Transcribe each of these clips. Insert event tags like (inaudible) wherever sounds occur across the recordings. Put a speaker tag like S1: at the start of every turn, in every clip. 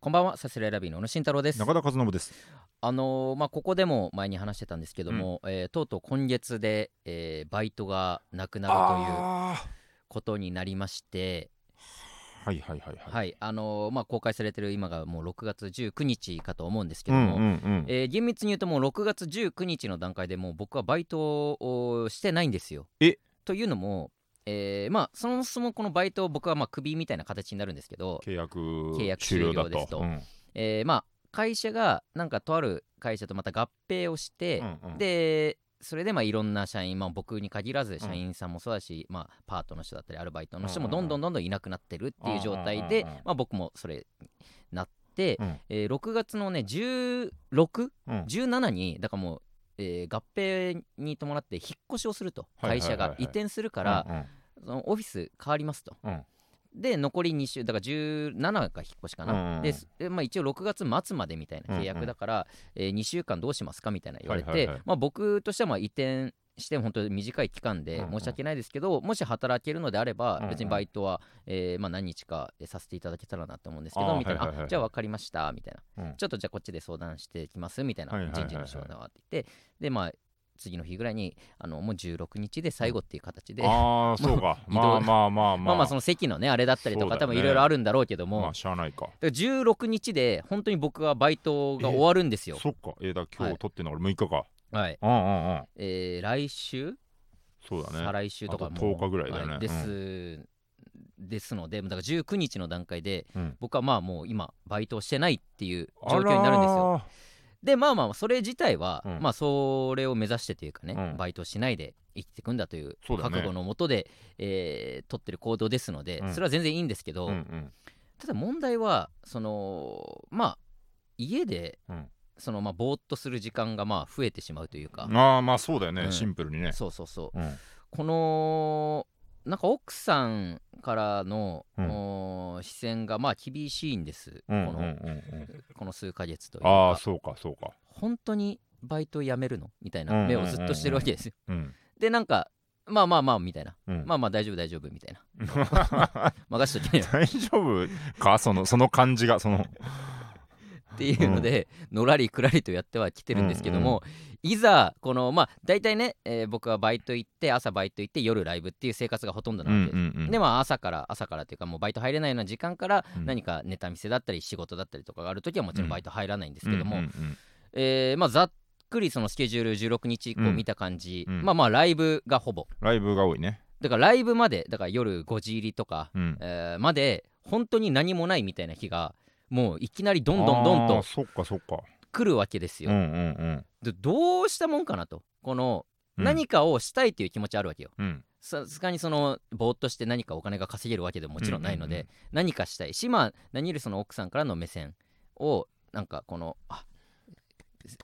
S1: こんばんはサスレラビーの小野慎太郎です
S2: 中田和信です。
S1: あのーまあここでも前に話してたんですけども、えーとうとう今月で、えーバイトがなくなるという
S2: あ
S1: ことになりまして
S2: ーはいはいはい
S1: はい、
S2: はい。
S1: あのーまあ公開されてる今がもう6月19日かと思うんですけ
S2: う
S1: ど
S2: ん
S1: も、
S2: うんうん。え
S1: えー厳密に言うともう6月19日の段階でもう僕はバイトをしてないんですよ。
S2: え
S1: というのも、えーまあそもそもこのバイトを僕はまあクビみたいな形になるんですけど、
S2: 契約
S1: 契約
S2: 終了だ
S1: 終了ですと
S2: と。うん
S1: えーまあ会社がなんかとある会社とまた合併をして、
S2: うんうん
S1: でそれでまあいろんな社員、まあ、僕に限らず社員さんもそうだし、まあ、パートの人だったりアルバイトの人も
S2: うんうん
S1: どど
S2: うんん
S1: んどんどんいなくなってるっていう状態で、
S2: うんうんうんうん
S1: まあ、僕もそれになって、
S2: うん
S1: えー6月のね 16?17
S2: うん
S1: にだからもう、えー合併に伴って引っ越しをすると
S2: はいは
S1: 会
S2: いはいは
S1: 社
S2: い
S1: が移転するから、
S2: うんうん
S1: そのオフィス変わりますと。
S2: うん
S1: で残り2週だから17が引っ越しかな、
S2: うんうんうん
S1: で、すでまあ、一応6月末までみたいな契約だから、え2週間どうしますかみたいな言われて、
S2: はいはいはい
S1: まあ、僕としてはまあ移転して本当に短い期間で
S2: うんうん
S1: 申し訳ないですけど、もし働けるのであれば
S2: うんうん
S1: 別にバイトは、えーまあ、何日かえーさせていただけたらなと思うんですけ
S2: あ
S1: ど
S2: ー
S1: みたいな、
S2: はいはいはいはい
S1: あじゃあ分かりましたみたいな、
S2: うん
S1: ちょっとじゃあこっちで相談してきますみたいな
S2: はいはいはいは
S1: 人
S2: い
S1: 事の相談はって言ってでまあ次の日ぐらいにあのもう16日で最後っていう形で、
S2: ああそうか。
S1: (laughs) 移動
S2: まあまあま
S1: ま
S2: あま
S1: あ
S2: あ。
S1: まあその席のねあれだったりと
S2: そ
S1: か、
S2: うだ
S1: 多
S2: よ
S1: 分い
S2: ね
S1: ろいろあるんだろうけども、
S2: まあしゃあないか。
S1: だから16日で本当に僕はバイトが終わるんですよ。
S2: そっか。えーだか
S1: は
S2: ら今
S1: い
S2: 日取ってんの俺6日か。
S1: はい
S2: うんうんうん。
S1: えー来週、
S2: そうだね。
S1: 再来週とか
S2: あ
S1: も
S2: と10日ぐらいだよね
S1: は
S2: うん
S1: です、ですのでだから19日の段階で、
S2: うん
S1: 僕はまあもう今バイトをしてないっていう状況になるんですよ。でまあまあそれ自体は、
S2: うん
S1: まあそれを目指してというかね、
S2: うん
S1: バイトしないで生きていくんだという
S2: そうだね
S1: 覚悟のもとで、えー取ってる行動ですので、
S2: うん
S1: それは全然いいんですけ
S2: あ
S1: ど、
S2: らーうん
S1: ただ問題はそのまあ家で、
S2: うん
S1: そのまあぼーっとする時間がまあ増えてしまうというか
S2: う、ん。ああまあそうだよ
S1: う
S2: ね。
S1: ん
S2: シンプルにね。
S1: そうそうそう
S2: うん
S1: このなんか奥さんからの、
S2: うん
S1: おー視線がまあ厳しいんです、
S2: うんう
S1: こ
S2: んう
S1: の
S2: んうん。
S1: この数ヶ月という
S2: ああ
S1: か
S2: そうかそうか。
S1: 本当にバイト辞めるのみたい
S2: うんうん
S1: な
S2: うんう
S1: 目
S2: ん
S1: をずっとしてるわけですよ、
S2: うん
S1: でなんかまあまあまあみたいな、
S2: うん。
S1: まあまあ大丈夫大丈夫みたいな
S2: (laughs) 大
S1: 任しとけよ
S2: 丈夫かそのその感じがその。
S1: っていうので、のらりくらりとやってはきてるんですけども、いざこのまあ大体ね、えー僕はバイト行って朝バイト行って夜ライブっていう生活がほとんどな
S2: う
S1: わ
S2: ん
S1: けです。
S2: うんうん。
S1: でまあ朝から朝からというかもうバイト入れないような時間から
S2: うん
S1: 何かネタ見せだったり仕事だったりとかがある時はもちろんバイト入らないんですけども、
S2: うんうんうん
S1: えーまあざっくりそのスケジュール16日以降見た感じ、
S2: うんうん
S1: まあまあライブがほぼ
S2: ライブが多いね。
S1: だからライブまでだから夜5時入りとか、
S2: うん。
S1: えーまで本当に何もないみたいな日がもういきなりどんどんどん
S2: あー
S1: と
S2: そっかそっか。
S1: 来るわけです
S2: う
S1: よ
S2: んう。ん
S1: でどうしたもんかなとこの
S2: うん。
S1: 何かをしたいという気持ちあるわけよ
S2: うん。
S1: さすがにそのぼーっとして何かお金が稼げるわけでももちろんないので、
S2: うんうんうん
S1: 何かしたいしまあ何よりその奥さんからの目線をなんかこのあ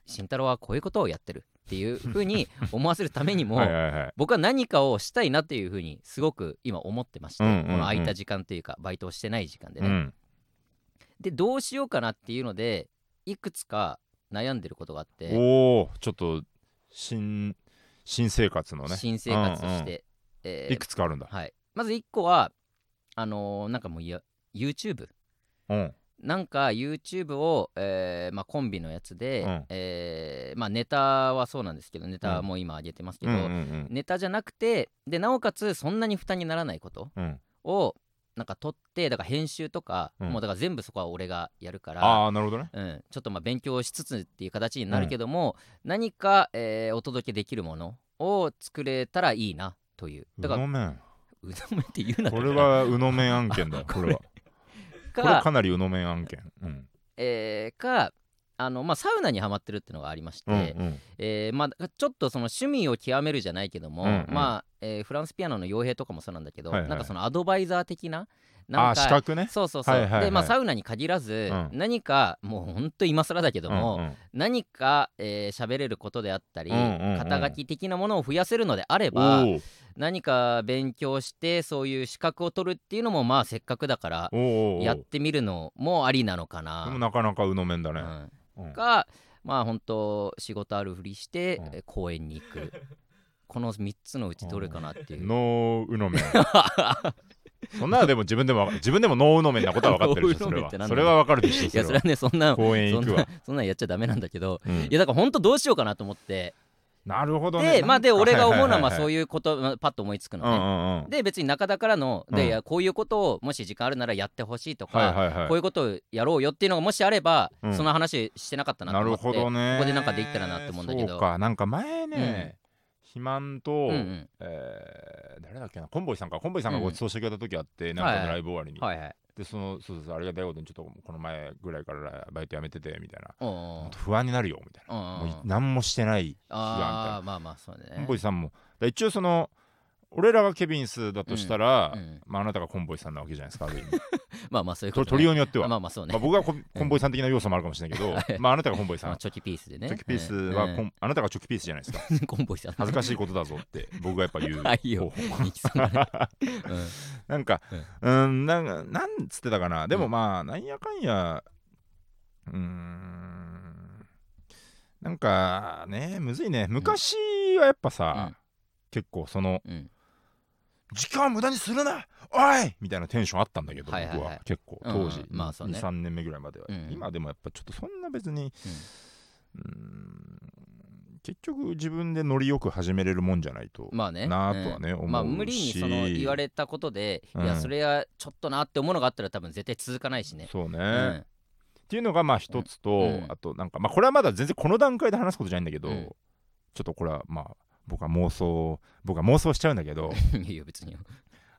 S1: 慎太郎はこういうことをやってるっていうふう
S2: (laughs)
S1: に思わせるためにも
S2: はいはいはい。
S1: 僕は何かをしたいなっていうふうにすごく今思ってまして、
S2: うんうんうん
S1: この空いた時間というかバイトをしてない時間で
S2: う
S1: ね、
S2: ん。
S1: でどうしようかなっていうのでいくつか悩んでることがあって
S2: おお、ちょっと新新生活のね。
S1: 新生活とし
S2: うんうん
S1: て、えー
S2: いくつかあるんだ。
S1: はい、まず1個はあのーなんかもういや YouTube
S2: うん。
S1: なんか YouTube を、えーまあ、コンビのやつで、
S2: うん
S1: えーまあ、ネタはそうなんですけどネタはもう今上げてますけ
S2: う
S1: ど、
S2: んうん
S1: ネタじゃなくてでなおかつそんなに負担にならないこと
S2: うん。うん。
S1: をなんか撮ってだから編集とか、
S2: うん
S1: もうだから全部そこは俺がやるから
S2: ああ、なるほどね。
S1: うん、ちょっとまあ勉強しつつっていう形になるけども、何か、えーお届けできるものを作れたらいいなというだ
S2: う
S1: から
S2: の面。
S1: うどんって言うな
S2: これはうの面案
S1: (laughs)
S2: 件だよ。これは。これ
S1: か
S2: かなりうの面案件。うん。
S1: えーかあの、まあ、サウナにはまってるっていうのがありまして、
S2: うんうん。
S1: えーまあ、ちょっとその趣味を極めるじゃないけども、
S2: うんうん
S1: まあえーフランスピアノの傭兵とかもそうなんだけど、
S2: はいはい
S1: なんかそのアドバイザー的な
S2: あ
S1: な
S2: あ、
S1: ん
S2: 資
S1: か
S2: 格ね。
S1: そうそうそう、
S2: はいはいはい
S1: でまあサウナに限らず、
S2: うん
S1: 何かもうほんと今更だけども、
S2: うんうん
S1: 何か喋、えー喋れることであったり、
S2: うんうんうん
S1: 肩書き的なものを増やせるのであれ
S2: お
S1: ば
S2: ー
S1: 何か勉強してそういう資格を取るっていうのもまあせっかくだから
S2: おーおー
S1: やってみるのもありなのか
S2: で
S1: な。
S2: もなかなかうの面だ
S1: う
S2: ね。
S1: ん
S2: うん
S1: かまあ本当仕事あるふりして、
S2: うん
S1: えー公園に行くこの3つのうちどれかなっていう。 (laughs)
S2: のうの面。そんなのでも自分でもわか自分でもノーウノメンなことは分かってる
S1: (laughs)
S2: でしょそれ
S1: ノーウノメンってなんだ
S2: は
S1: よ
S2: それは分かるでしょ
S1: いやそれ
S2: それ
S1: は
S2: は
S1: ねそんな
S2: 公園
S1: そ
S2: 行
S1: ん
S2: く
S1: な
S2: わ
S1: そんなんやっちゃダメなんだけど、
S2: うん
S1: いやだから本当どうしようかなと思って
S2: なるほど
S1: で
S2: ね
S1: まあで俺が思うのはまあそう
S2: いう
S1: いうことまあパッと思いつくの
S2: うんう
S1: ね、
S2: んうん
S1: で別に中田からので、
S2: うん
S1: いやこういうことをもし時間あるならやってほしいとか、
S2: はいはい
S1: こう
S2: は
S1: いうことをやろうよっていうのがもしあれば、
S2: うん
S1: その話してなかった
S2: い
S1: なと
S2: な
S1: 思っ
S2: る
S1: て
S2: ほどね
S1: ここでなんかできたらなって思うんだけど
S2: そうかなんか前ね肥満と
S1: うんうん
S2: えー誰だっけなコンボイさんかコンボイさんがごちそうしてくれた時あって
S1: ん
S2: なんか
S1: はい
S2: のライブ終わりに
S1: はいはい
S2: でそのそうそうそうありがたいことにちょっとこの前ぐらいからバイト辞めててみたいな
S1: おうお
S2: ほ
S1: うん
S2: と不安になるよみたい
S1: うんうう
S2: なんもうんい何もしてない
S1: ああまあまあそうだ
S2: コン
S1: ね
S2: ボイさんもだから一応その俺らがケビンスだとしたら、
S1: うんうん
S2: まあ、あなたがコンボイさんなわけじゃないですかある意味
S1: (laughs) まあまあそういうこ
S2: と
S1: と、
S2: ト
S1: ね、
S2: リオによっては、
S1: ま
S2: ま
S1: あまあそう
S2: あ
S1: ね、
S2: 僕はコンコンボイさん的な要素もあるかもしれな
S1: (laughs)
S2: いけど、まあ、あなたがコンボイさ
S1: まあ、
S2: ん
S1: チョキピースでね
S2: チョキピースはコン、
S1: ン,
S2: あなたがチョキピースじゃないで
S1: (laughs)
S2: すか
S1: うん、コンボイさん
S2: 恥ずかしいことだぞって僕がやっぱ言
S1: (laughs)
S2: う
S1: はいよ
S2: 方法
S1: ミキさんが
S2: (laughs)
S1: ね、うん
S2: なんか
S1: うん
S2: うんなんかなんつってたかなで
S1: う
S2: も
S1: ん
S2: まあなんやかんやうーんなんかねむずいね昔はやっぱさ、
S1: うん
S2: 結構その
S1: うん
S2: 時間を無駄にするなおいみたいなテンションあったんだけど、
S1: はいはいはい
S2: 僕は結構
S1: うん
S2: 当時、
S1: まあそうね
S2: 23年目ぐらいまでは、
S1: うん
S2: 今でもやっぱちょっとそんな別にうーん結局自分でノリよく始めれるもんじゃないと、
S1: まあね
S2: なあとはね
S1: うん
S2: 思うし
S1: まあ無理にその言われたことで、いや
S2: うん
S1: それはちょっとなって思うのがあったら多分絶対続かないしね
S2: そうね、
S1: う
S2: っ
S1: ん
S2: ていうのがまあ一つと、
S1: うん
S2: あとなんかまあこれはまだ全然この段階で話すことじゃないんだけど、
S1: うん
S2: ちょっとこれはまあ僕は妄想僕は妄想しちゃうんだけど
S1: (laughs) いやいや別に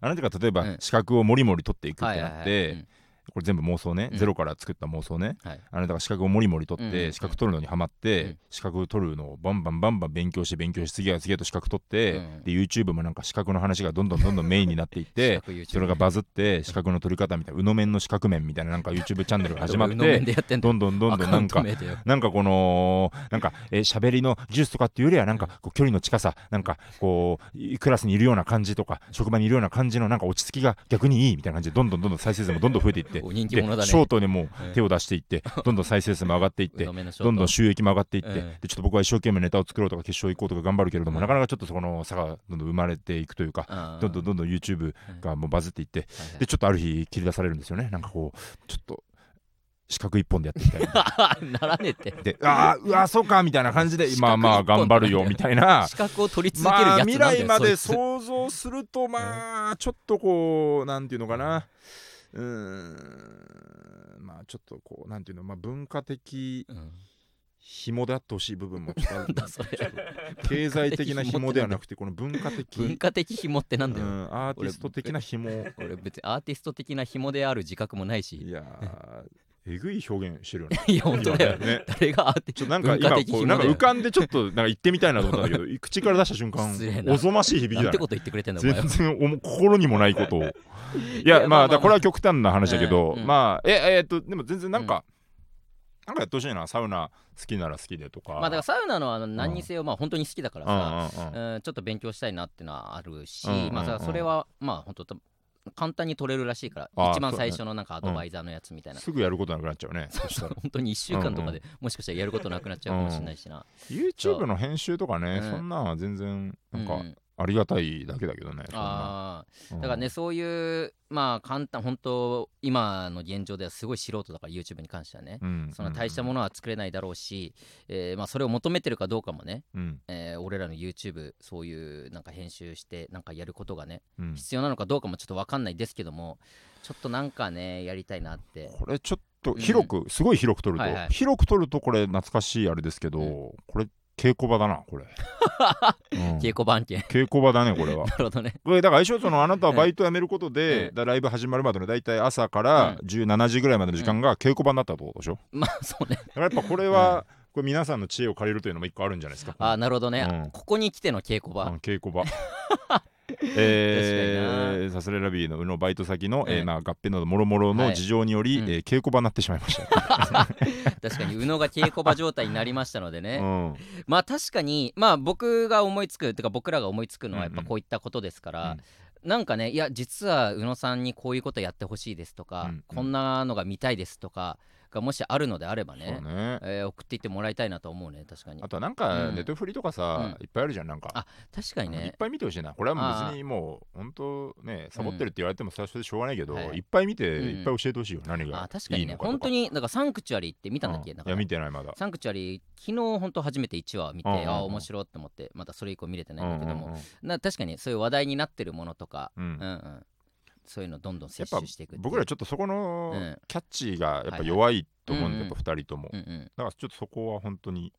S2: あなたが例え
S1: う
S2: ば
S1: ん
S2: 資格をもりもり取っていくってなって、
S1: うん
S2: これ全部妄想ね、
S1: うん
S2: ゼロから作った妄想ね、
S1: はい
S2: あなたが資格をもりもり取っ
S1: うん
S2: て資格取るのにハマっ
S1: うん
S2: て資格取るのをバンバンバンバン勉強して勉強し次は次へと資格取っ
S1: う
S2: て
S1: ん
S2: で YouTube もなんか資格の話がどんどんどんどんメインになっていっ
S1: (laughs)
S2: てそれがバズって資格の取り方みたいなうの面の資格面みたいななんか YouTube チャンネルが始まって
S1: でやってんだ
S2: どんどんどんど
S1: ア
S2: んな
S1: カウン
S2: ん
S1: ト
S2: か
S1: 名でよ
S2: なんかこのなんかえー喋りの技術とかっていうよりはなんかこう距離の近さなんかこういクラスにいるような感じとか職場にいるような感じのなんか落ち着きが逆にいいみたいな感じでどんどんどんどん再生数もどんどん増えていって
S1: お人気
S2: でシ
S1: 者だね
S2: ョートにも
S1: うん
S2: 手を出していってどんどん再生数も上がっていっ
S1: う
S2: て
S1: のめのショート
S2: どんどん収益も上がっていって、
S1: うん
S2: でちょっと僕は一生懸命ネタを作ろうとか決勝行こうとか頑張るけれども、
S1: うん
S2: なかなかちょっとそこの差がどんどん生まれていくというか、
S1: あー
S2: どんどんどんどん YouTube がもうバズっていって、
S1: はいはい
S2: でちょっとある日切り出されるんですよねなんかこうちょっと四角一本でやってみたいな
S1: (laughs) ならねえって
S2: でああうわそうかみたいな感じで
S1: 四角
S2: まあまあ
S1: 一本
S2: 頑張るよみたいな。
S1: 資格を取り続ける
S2: まあ
S1: やつ
S2: 未
S1: なんだ
S2: 来
S1: よ
S2: ま
S1: そ
S2: で
S1: いつ
S2: 想像するとまあちょっとこうなんていうのかなうーんまあちょっとこうなんていうのまあ文化的
S1: うん
S2: 紐であってほしい部分もちょっとあ
S1: (laughs) なん
S2: る
S1: だそれ
S2: ちょっ (laughs) と経済的な紐ではなくてこの文化的
S1: 文化的紐ってなんだよ
S2: うんアーティスト的な紐
S1: 俺別にアーティスト的な紐である自覚もないし
S2: いやーえぐい表現してるよね
S1: いや本当だよ
S2: (laughs) ね
S1: 誰がアーティ
S2: ちょ
S1: ス
S2: っ
S1: ト
S2: となんか
S1: 文化
S2: 今
S1: 的
S2: こう
S1: 紐
S2: なん
S1: だ
S2: か
S1: よ
S2: 浮かんでちょっとなんか言ってみたいなと思ったんだけど口から出した瞬間
S1: 失礼な
S2: おぞましい響き
S1: な
S2: じ
S1: ん
S2: ゃ
S1: て
S2: ない
S1: こと言ってくれてんだお前は
S2: 全然おも心にもな
S1: (laughs)
S2: いことをい
S1: い
S2: や
S1: やまあまあ
S2: まあだからこれは極端な話だけど
S1: うんうん
S2: まあええっとでも全然なんかなんかやってほしいなサウナ好きなら好きでとか
S1: まあだからサウナのあの何にせよまあ本当に好きだからさ、
S2: うんうんうん
S1: うんちょっと勉強したいなってのはあるし、
S2: うんうんうん
S1: まあさそれはまあ本当と簡単に取れるらしいか
S2: あ
S1: ら
S2: ー
S1: 一番
S2: そうだ
S1: 最
S2: ね
S1: 初のなんかアドバイザーのやつみたいな、
S2: すぐやることなくなっちゃう
S1: (laughs)
S2: ね
S1: そうそう本当に1週間とかで、もしかしたらやることなくなっちゃうかもしれないしな、
S2: YouTube の編集とかね、
S1: うん
S2: そんなんは全然
S1: う
S2: なん
S1: ん
S2: かありがたいだけだけどね、そん
S1: あ
S2: な
S1: ー
S2: うん
S1: だからね、そういうまあ簡単本当今の現状ではすごい素人だから YouTube に関してはね、
S2: うん、
S1: その大したも
S2: の、
S1: のは作れないだろうし、えーまあ、それを求めてるかどうかもね、
S2: うん
S1: えー俺らの YouTube そういうなんか編集してなんかやることがね
S2: うん
S1: 必要なのかどうかもちょっと分かんないですけどもちょっとなんかねやりたいなって
S2: これちょっと広く、すごい広く撮ると、
S1: はいはい
S2: 広く撮るとこれ懐かしいあれですけど、
S1: うん
S2: これ稽古場だな
S1: (laughs)
S2: これ、うん
S1: 稽古番犬
S2: 稽古場だね
S1: (laughs)
S2: これは
S1: なるほどね
S2: (laughs) これだから相性そのあなたはバイト辞めること
S1: う
S2: で、
S1: ん
S2: だライブ始まるまでの大体朝から
S1: うん
S2: 17時ぐらいまでの時間が稽古場になったってことでしょ、
S1: まあそうね
S2: だからやっぱこれは、これ皆さんの知恵を借りるというのも一個あるんじゃないですか
S1: ああなるほどね、
S2: うん
S1: ここに来ての稽古場、
S2: うん
S1: (laughs)
S2: 稽古場えー、サスレラビーの宇野バイト先の、え
S1: う
S2: ー
S1: ん
S2: まあ、合併などもろもろ
S1: は
S2: の
S1: い
S2: 事情により、
S1: うん
S2: えー稽古場になってしまいました、
S1: 確かに宇野が稽古場状態になりましたのでね、
S2: うん
S1: まあ確かにまあ僕が思いつくてか僕らが思いつくのはやっぱこういったことですから、
S2: うん
S1: なんかねいや実は宇野さんにこういうことやってほしいですとか、
S2: うんうん
S1: こんなのが見たいですとかがもしあるのであればね
S2: そうね
S1: えー送っていってもらいたいなと思うね確かに
S2: あとはなんか
S1: うん
S2: ネットフリとかさ、
S1: う
S2: いっぱいあるじゃんなんか
S1: あ確かに
S2: いっ
S1: ね
S2: ぱい見てほしいなこれはもう別にもう本当ねサボってるって言われても最初でしょうがないけど、
S1: うんはい
S2: い、っぱい見て
S1: うん
S2: いっぱい教えてほしいよ、何
S1: あ
S2: が
S1: 確か
S2: いい
S1: にね
S2: のかとか
S1: 本当にだからサンクチュアリーって見たんだっけ、
S2: うん
S1: なん
S2: い
S1: か
S2: や見てないまだ
S1: サンクチュアリー昨日本当初めて1話見て、
S2: うんうんうん
S1: ああ面白いって思ってまたそれ以降見れてないんだけども、
S2: うんうん
S1: な確かにそういう話題になってるものとか、
S2: うんうん
S1: うんうん、そういうのどんどん
S2: や
S1: 摂
S2: っぱ
S1: 取していくっていう
S2: 僕らちょっとそこ
S1: う
S2: の
S1: ん
S2: キャッチーがやっぱ弱いと思うんで、
S1: はいはい
S2: やっぱ2人とも、
S1: うんうん
S2: だからちょっとそこは本当に、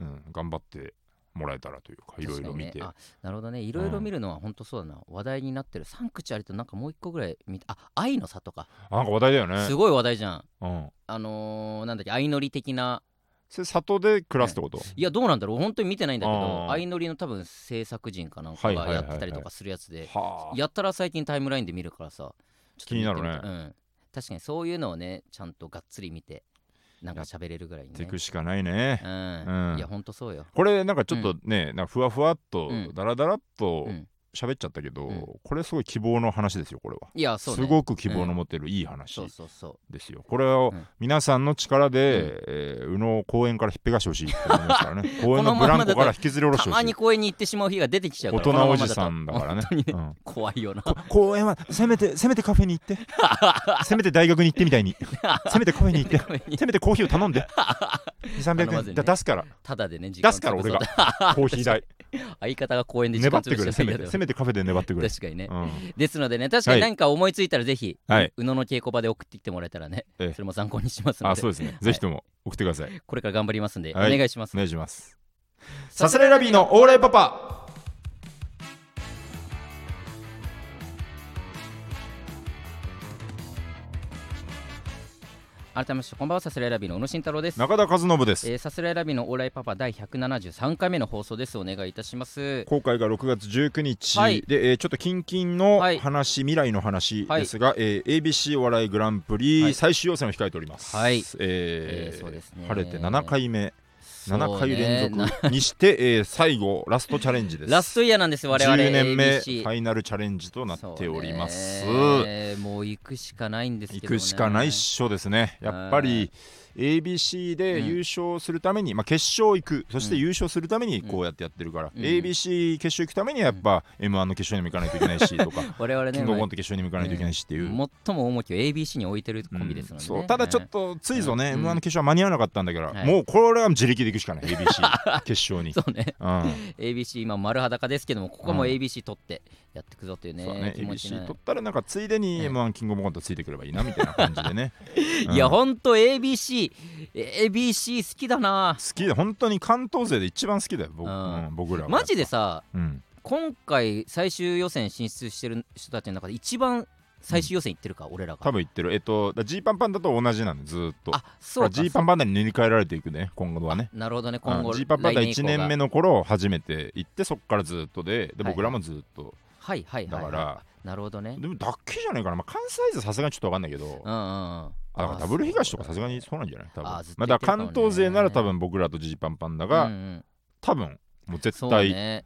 S2: うん、頑張ってもらえたらというかいろいろ見
S1: 確か
S2: て、
S1: にね、あなるほどねいろいろ見るのは本当そうだな、話題になってるサンクチュアリとなんかもう一個ぐらい見たあ愛の差とか、
S2: あなんか話題だよね
S1: すごい話題じゃん
S2: うん、
S1: あのー、なんだっけ相乗り的な
S2: それ里で暮らすってこと、
S1: いやどうなんだろう本当に見てないんだけ
S2: あ
S1: ど
S2: ー
S1: 相乗りの多分制作人かなん
S2: は
S1: か
S2: いはい
S1: が
S2: はい
S1: や
S2: はい
S1: ってたりとかするやつで、
S2: はあ
S1: やったら最近タイムラインで見るからさちょっと見てみた
S2: 気になる
S1: いうん、確かにそういうのをねちゃんとがっつり見てなんか喋れるぐらいに
S2: て
S1: ね
S2: いくしかないね、
S1: うん、
S2: うん
S1: いやほんとそうよ
S2: これなんかちょっとね、なんかふわふわっと、
S1: うん
S2: だらだらっと
S1: うん
S2: 喋っちゃったけど、
S1: うん
S2: これすごい希望の話ですよこれは、
S1: いやそう、ね、
S2: すごく希望の持てるいい話
S1: そうそうそう
S2: ですよ、これを
S1: うん
S2: 皆さんの力で、
S1: うん
S2: えー宇野を公園から引っぺがしてほしいと思いま
S1: (laughs)
S2: すからね公園のブランコから引きずり下ろしてて
S1: たま
S2: ほし
S1: に
S2: い
S1: 公園に行ってしまう日が出てきちゃう
S2: 大
S1: から
S2: 人おじさんだからね
S1: このままだと本当にね
S2: うん
S1: 怖いよな
S2: 公園はせめてせめてカフェに行って
S1: (laughs)
S2: せめて大学に行ってみたいにせめてカフェに行って
S1: 公園に
S2: せめてコーヒー
S1: (laughs)
S2: を頼んで
S1: 頼まず
S2: 300円
S1: に
S2: だ
S1: ね
S2: 出すから
S1: (laughs) ただでね時間
S2: 出すから俺が
S1: 潰そう
S2: コーヒー代
S1: と (laughs) 相方が公園で時
S2: 粘
S1: 間
S2: ってく
S1: 潰
S2: れ
S1: しちゃ
S2: せ
S1: った
S2: め
S1: け
S2: て
S1: ど
S2: せめてカフェで粘ってくれ、
S1: 確かにね、
S2: うん、
S1: ですのでね確かに何か思いついたらぜひ、
S2: はい
S1: 宇野の稽古場で送ってきてもらえたらね、
S2: ええ
S1: それも参考にしますの
S2: あ
S1: で
S2: そうですねぜひとも送ってください、
S1: これから頑張りますんで、
S2: はい
S1: お願いします
S2: お願いしますさすらいラビーのオーライパパ
S1: 改めましてこんばんはさすらいラビーの宇野慎太郎です
S2: 中田和信です、
S1: えー、さすらいラビーのオーライパパ第173回目の放送ですお願いいたします
S2: 今回が6月19日、
S1: はい
S2: で、えーちょっと近々の
S1: はい
S2: 話、未来の話ですが、えー ABC お笑いグランプ
S1: は
S2: リ
S1: い
S2: 最終予選を控えております。
S1: はい
S2: えー
S1: えーそうですね
S2: 晴れて7回目、7回連
S1: そうね
S2: 続にして、えー最後ラストチャレンジです。
S1: ラストイヤーなんです我々
S2: 10年目
S1: ABC
S2: ファイナルチャレンジとなっております。
S1: そうねもう行くしかないんですけど、
S2: 行
S1: ね、
S2: くしかないっしょですね。やっぱり ABC で
S1: うん
S2: 優勝するために、まあ決勝行く、そして
S1: うん
S2: 優勝するためにこうやってやってるから、
S1: うん
S2: ABC 決勝行くためにはやっぱ M1 の決勝にも行かないといけないし
S1: (laughs)
S2: とか、
S1: 我々
S2: キ
S1: ね
S2: ングオブコ
S1: ま
S2: ント決勝にも行かないといけないしって
S1: あ
S2: いう。
S1: 最も重きを ABC に置いてるコンビですので、ね
S2: そうただちょっとついぞね、
S1: うん
S2: M1 の決勝は間に合わなかったんだから、
S1: はい
S2: もうこれは自力で行くしかない
S1: (laughs)
S2: ABC 決勝に
S1: そ。うね
S2: うん
S1: ABC 今丸裸ですけどもここはもう
S2: うん
S1: ABC 取ってやってくぞというね,、
S2: そうね、
S1: 気持ち
S2: ABC
S1: ね
S2: 取ったらなんかついでに
S1: うん
S2: M1 キングオブコントついてくればいいなみたいな感じでね
S1: (laughs) いや
S2: うん好
S1: ほんと ABCABC 好きだな
S2: きで本当に関東勢で一番好きだよ僕,、
S1: う
S2: うんん僕らは
S1: マジでさ
S2: うん
S1: 今回最終予選進出してる人たちの中で一番最終予選行ってるか、俺らが
S2: 多分言ってるえっとだ G パンパンだと同じなのずーっと
S1: あそうか
S2: G パンパンダに塗り替えられていくね今後はね
S1: なるほどね今後
S2: G パンパンダ
S1: 来年
S2: 1
S1: 以降が
S2: 年目の頃初めて行ってそっからずーっとでで
S1: はい
S2: 僕らもずーっと、
S1: はいはいはい、はい、
S2: だから
S1: なるほどね
S2: でもだけじゃないかな、まあ、関西勢さすがにちょっと分かんないけど、
S1: うんうんうん
S2: あだからダブル東とかさすがにそうなんじゃない多分
S1: あずっと
S2: ま
S1: 行
S2: あ
S1: ってるか
S2: だか
S1: もね
S2: ら関東勢なら多分僕らと G パンパンダが、
S1: うんうん
S2: 多分もう絶
S1: そう
S2: 対
S1: ね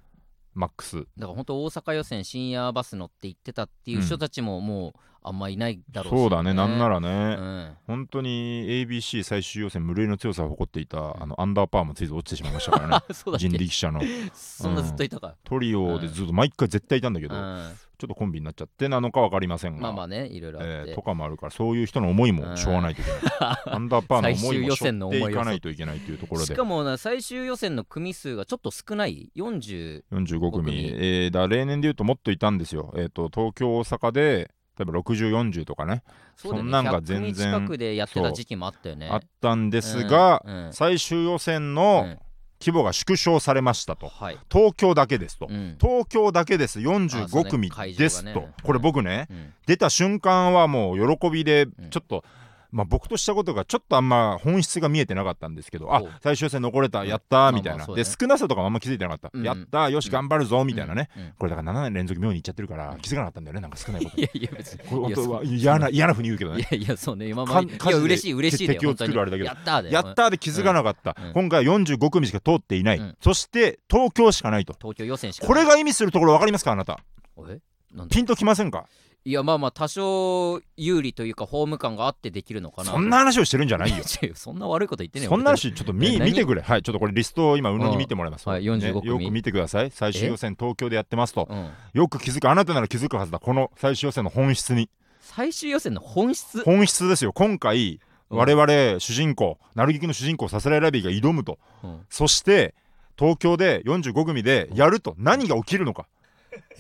S2: マックス
S1: だから本当大阪予選深夜バス乗って行ってたっていう人たちももうあんまいないだろうし、
S2: そうだねなんな
S1: ら
S2: らね、
S1: うん
S2: 本当に ABC 最終予選無類の強さを誇っていたあのアンダーパーもついず落ちてしまいましたからね
S1: あ (laughs) そうだっ
S2: 人
S1: け
S2: 力車の
S1: そんなずっといたか、
S2: トリオでずっと毎回絶対いたんだけ
S1: う
S2: ど、
S1: ん
S2: ちょっとコンビになっちゃってなのか分かりませんが、
S1: まあまあねいろいろあって、
S2: えーとかもあるからそういう人の思いもしょうがない
S1: (laughs)
S2: といけない、アンダーパーの思いも
S1: 最終予
S2: しょ
S1: 選の
S2: っ
S1: 思い
S2: て
S1: を
S2: いかないといけないというところ
S1: し
S2: で
S1: かもな最終予選の組数がちょっと少ない40
S2: 45組
S1: 組
S2: えーだ例年でいうともっといたんですよ、えー、と東京大阪で例えば6040とかね
S1: そうだよね
S2: そんなんが全然
S1: 100組近くでやってた時期もあったよね
S2: あったんで
S1: です
S2: が、
S1: うんうん
S2: 最終予選
S1: う
S2: の
S1: ん
S2: 規模が縮小されましたと
S1: はい、
S2: 東京だけですと、
S1: うん
S2: 東京だけです
S1: あそうね
S2: 45組
S1: 会場がね
S2: ですと、これ僕ね
S1: うん
S2: 出た瞬間はもう喜びで
S1: ん
S2: ちょっと、まあ、僕としたことがちょっとあんま本質が見えてなかったんですけどあ
S1: ほう
S2: 最終戦残れた
S1: うん
S2: やったー
S1: まあ
S2: みたい
S1: ま
S2: な、
S1: あそうだ
S2: で
S1: ね
S2: 少なさとかもあんま気づいてなかった、
S1: うん
S2: やったーよし頑張るぞみたいなね、
S1: うんうん
S2: これだから7年連続妙にいっちゃってるから気づかなかったんだよねなんか少ないこと
S1: いやいや別
S2: (laughs)
S1: に (laughs)
S2: これ
S1: いやそ
S2: 本
S1: う
S2: 当は嫌な嫌なふうに言うけど
S1: い
S2: ね
S1: やいやそうね今
S2: か
S1: ま
S2: ん
S1: でい
S2: 火事
S1: や
S2: で
S1: 嬉しい嬉しいだよ
S2: 敵を作る
S1: 本当に
S2: あれだ
S1: やったーで
S2: やったーで気づかなかった、
S1: うん
S2: 今回45組しか通っていない、
S1: うん
S2: そして東京しかないと
S1: 東京予選しか
S2: これが意味するところ分かりますかあなた
S1: えなんだ
S2: ピンときませんか
S1: いやまあまあ多少有利というかホーム感があってできるのかな
S2: そんな話をしてるんじゃないよ
S1: 違うよそんな (laughs) 悪いこと言ってねえよ
S2: そんな話ちょっと見
S1: え何
S2: 見てくれはいちょっとこれリストを今宇野に見てもらいます、
S1: うんはい45組
S2: よく見てください最終予選東京でやってますと
S1: 別にうん
S2: よく気づくあなたなら気づくはずだこの最終予選の本質に
S1: 最終予選の本質
S2: 本質ですよ今回
S1: うん
S2: 我々主人公なる劇の主人公さすらいラビーが挑むと
S1: うん
S2: そして東京で45組でやると何が起きるのか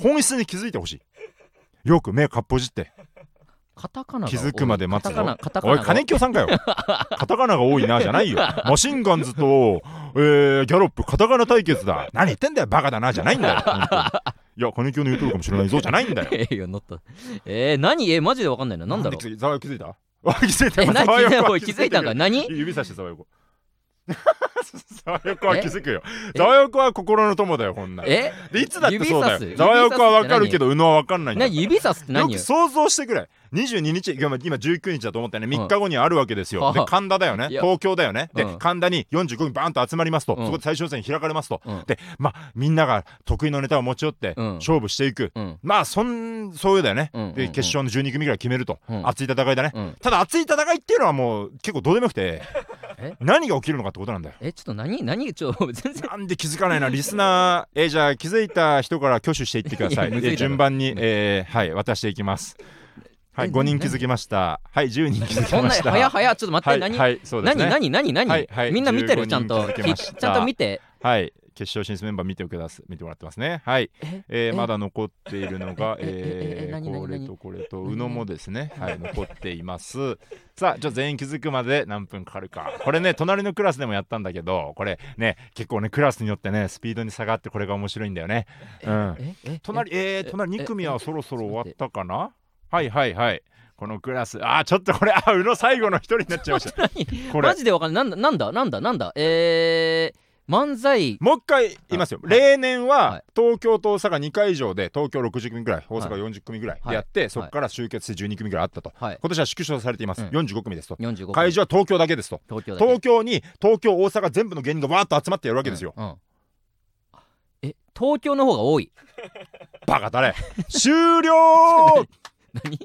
S2: 本質に気づいてほしいよく目かっぽじって
S1: カタカナが
S2: 気づくまで待つぞ
S1: カタカナカタカ
S2: お
S1: ナ
S2: い
S1: が
S2: 金清
S1: (laughs)
S2: さんかよカタカナが多いなじゃないよマシンガンズと、えーギャロップカタカナ対決だ何言ってんだよバカだなじゃないんだよ本当にいや金清の言うとるかもしれないぞじゃないんだよ
S1: ええよ乗ったえー、何えー、マジでわかんないななんだろう
S2: 気づいた沢井気づいたわ気づいた
S1: え
S2: (laughs) よ
S1: な気
S2: 沢井
S1: づい
S2: は
S1: おい気づいたんか何
S2: 指さして沢横沢横は気づくよ
S1: え
S2: 沢横は心の友だよこんなんで
S1: え
S2: いつだってそう
S1: 指
S2: だ
S1: さす
S2: よ沢横はわかるけど宇野はわかんないんだ
S1: な
S2: よ
S1: 指さすって
S2: よ
S1: 何
S2: く
S1: よ
S2: 想像してくれ22日今今19日だと思ったよね3日後にあるわけですよ、
S1: はあ
S2: で神田だよね
S1: いや
S2: 東京だよねで、
S1: うん
S2: 神田に45人バーンと集まりますと、
S1: うん
S2: そこで最終戦開かれますと、
S1: うん
S2: でまあみんなが得意のネタを持ち寄って
S1: うん
S2: 勝負していく、
S1: うん
S2: まあそんそういうだよね、
S1: うんうんうん
S2: で決勝の12組ぐらい決めると、
S1: うん
S2: 熱い戦いだね、
S1: うん
S2: ただ熱い戦いっていうのはもう結構どうでもよくて
S1: え
S2: 何が起きるのかってことなんだよ
S1: えちょっと何何ちょ (laughs) 全然
S2: なんで気づかないなリスナーえーじゃあ気づいた人から挙手していってくださ
S1: (laughs)
S2: い
S1: いやむずいだろ
S2: で順番に、えーはい渡していきますはい
S1: え
S2: 5人気づきましたはい10人気づき
S1: そん
S2: ま
S1: な
S2: した
S1: 早早ちょっと待って、
S2: はい
S1: 何、
S2: はいそうです
S1: 何
S2: ね
S1: 何何何、
S2: はいはい
S1: みんな見てる
S2: 15
S1: ちゃんと
S2: 人気づき
S1: ひ
S2: ました
S1: ちゃんと見て
S2: はい決勝進出メンバー見てくだす見てもらってますねはい
S1: え
S2: え
S1: え
S2: ーまだ残っているのが、
S1: えええええ
S2: えー
S1: 何何
S2: これとこれと
S1: 何
S2: 宇野もですね、はい、残っています。さあ、じゃあ全員気づくまで何分かかるか。これね、隣のクラスでもやったんだけど、これね、結構ね、クラスによってね、スピードに下がって、これが面白いんだよね。うん。
S1: ええ
S2: 隣、えー、隣
S1: え
S2: 2組はそろそろ終わったかなはいはいはい。このクラス、あー、ちょっとこれ、あー、宇野最後の一人になっちゃい
S1: (laughs)
S2: ました。これ
S1: マ、ジでわかんないなんだなんだなんだなんだえー、漫才
S2: もう一回言いますよ、
S1: はい
S2: 例年
S1: は
S2: はい東京と大阪2回以上で東京60組ぐらい大阪
S1: はい
S2: 40組ぐらい
S1: はい
S2: でやって、そこから集結して12組ぐらいあったと、
S1: はい
S2: 今年は縮小されています、
S1: うん
S2: 45組ですと
S1: 45分
S2: 会場は東京だけですと
S1: 東京だけ
S2: 東京に東京大阪全部の芸人がわーっと集まってやるわけですよ、
S1: うんうんえ東京の方が多い
S2: バ
S1: (laughs)
S2: カだれ終了
S1: 何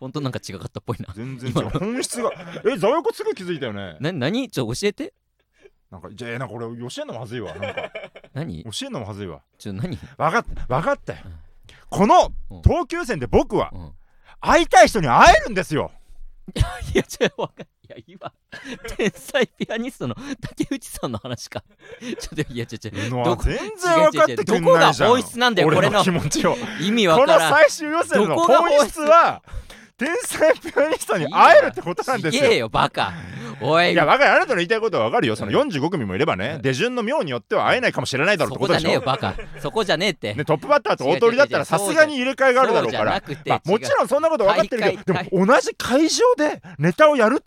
S1: 本当なんか違かったっぽいな
S2: 全然違う本質がえ座横すぐ気づいたよね
S1: な何ちょ教えて
S2: なんかじゃあえなんか俺教えんのまずいわなんか
S1: 何
S2: 教えんのまずいわ
S1: ちょ何
S2: わかったわかったよ
S1: うん
S2: この
S1: うん
S2: 東急線で僕は
S1: うん
S2: 会いたい人に会えるんですよ
S1: いや、ちょ、わかんない。いや、 (laughs) 今、天才ピアニストの竹内さんの話か。 (laughs) ちょっと、いや、ちょ、ちょ、
S2: の
S1: ど
S2: は
S1: こ
S2: 全然分かってくんないじゃん
S1: 違う違う違うどこが本質なんだよ
S2: 俺
S1: これの
S2: 気持ちを
S1: 意味 (laughs) わ
S2: この
S1: からん。
S2: 最終予選の
S1: どこが本
S2: 本
S1: 質
S2: 質は天才ピアニストに会えるってことなんです
S1: いえ
S2: よ
S1: よ、バカ。おい、
S2: いや分かるあなたの言いたいことは分かるよその
S1: う
S2: 45組もいればね出順の妙によっては会えないかもしれないだろう
S1: そ
S2: って
S1: こ
S2: こと
S1: じゃ
S2: でし
S1: ねえよ、
S2: ょ
S1: バカ。そこじゃねえって。
S2: ね、トップバッターと大鳥だった
S1: 違う違う違
S2: ら
S1: う
S2: さすがに入れ替えがあるだろうから
S1: そうじゃなくて
S2: まあ、もちろんそんなこと分かってるけど
S1: 大会
S2: でも同じ会場でネタをやる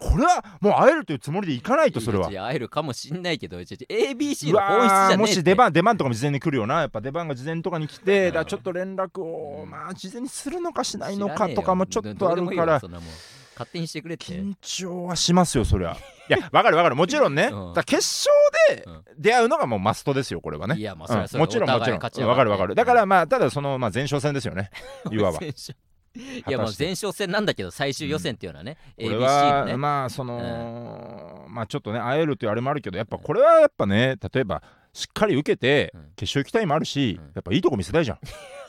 S2: これはもう会えるというつもりでいかないとそれは
S1: やいや会えるかもしんないけど、ちょちょ ABC
S2: う
S1: の
S2: わ
S1: 本質じゃねえって
S2: ーもし出番出番とかも事前に来るよなやっぱ出番が事前とかに来て、
S1: うん
S2: だからちょっと連絡をまあ事前にするのかしないの
S1: 知ら
S2: か
S1: ねえよ
S2: とかもちょっとあ
S1: どうで
S2: る
S1: もいい
S2: か
S1: わ
S2: ら
S1: そんなもん勝手にしてくれって。
S2: 緊張はしますよそりゃいやわかるわかるもちろんね、
S1: うん
S2: だから決勝で出会うのがもうマストですよこれはね
S1: いやまあそれは
S2: うん
S1: それ
S2: もちろん
S1: お
S2: もち
S1: 互い
S2: ろん
S1: 勝ち
S2: うん
S1: 上がって
S2: わかるわかるだからまあただそのまあ前哨戦ですよね
S1: (laughs)
S2: いわば
S1: 前哨いや、もう前哨戦なんだけど、最終予選っていうのはね、
S2: これ
S1: ABC の
S2: は、
S1: ね。
S2: まあその、まあちょっとね会えるというあれもあるけどやっぱこれはやっぱね例えばしっかり受けて
S1: うん
S2: 決勝行きたいもあるし、
S1: うん
S2: やっぱいいとこ見せたいじゃん
S1: (laughs)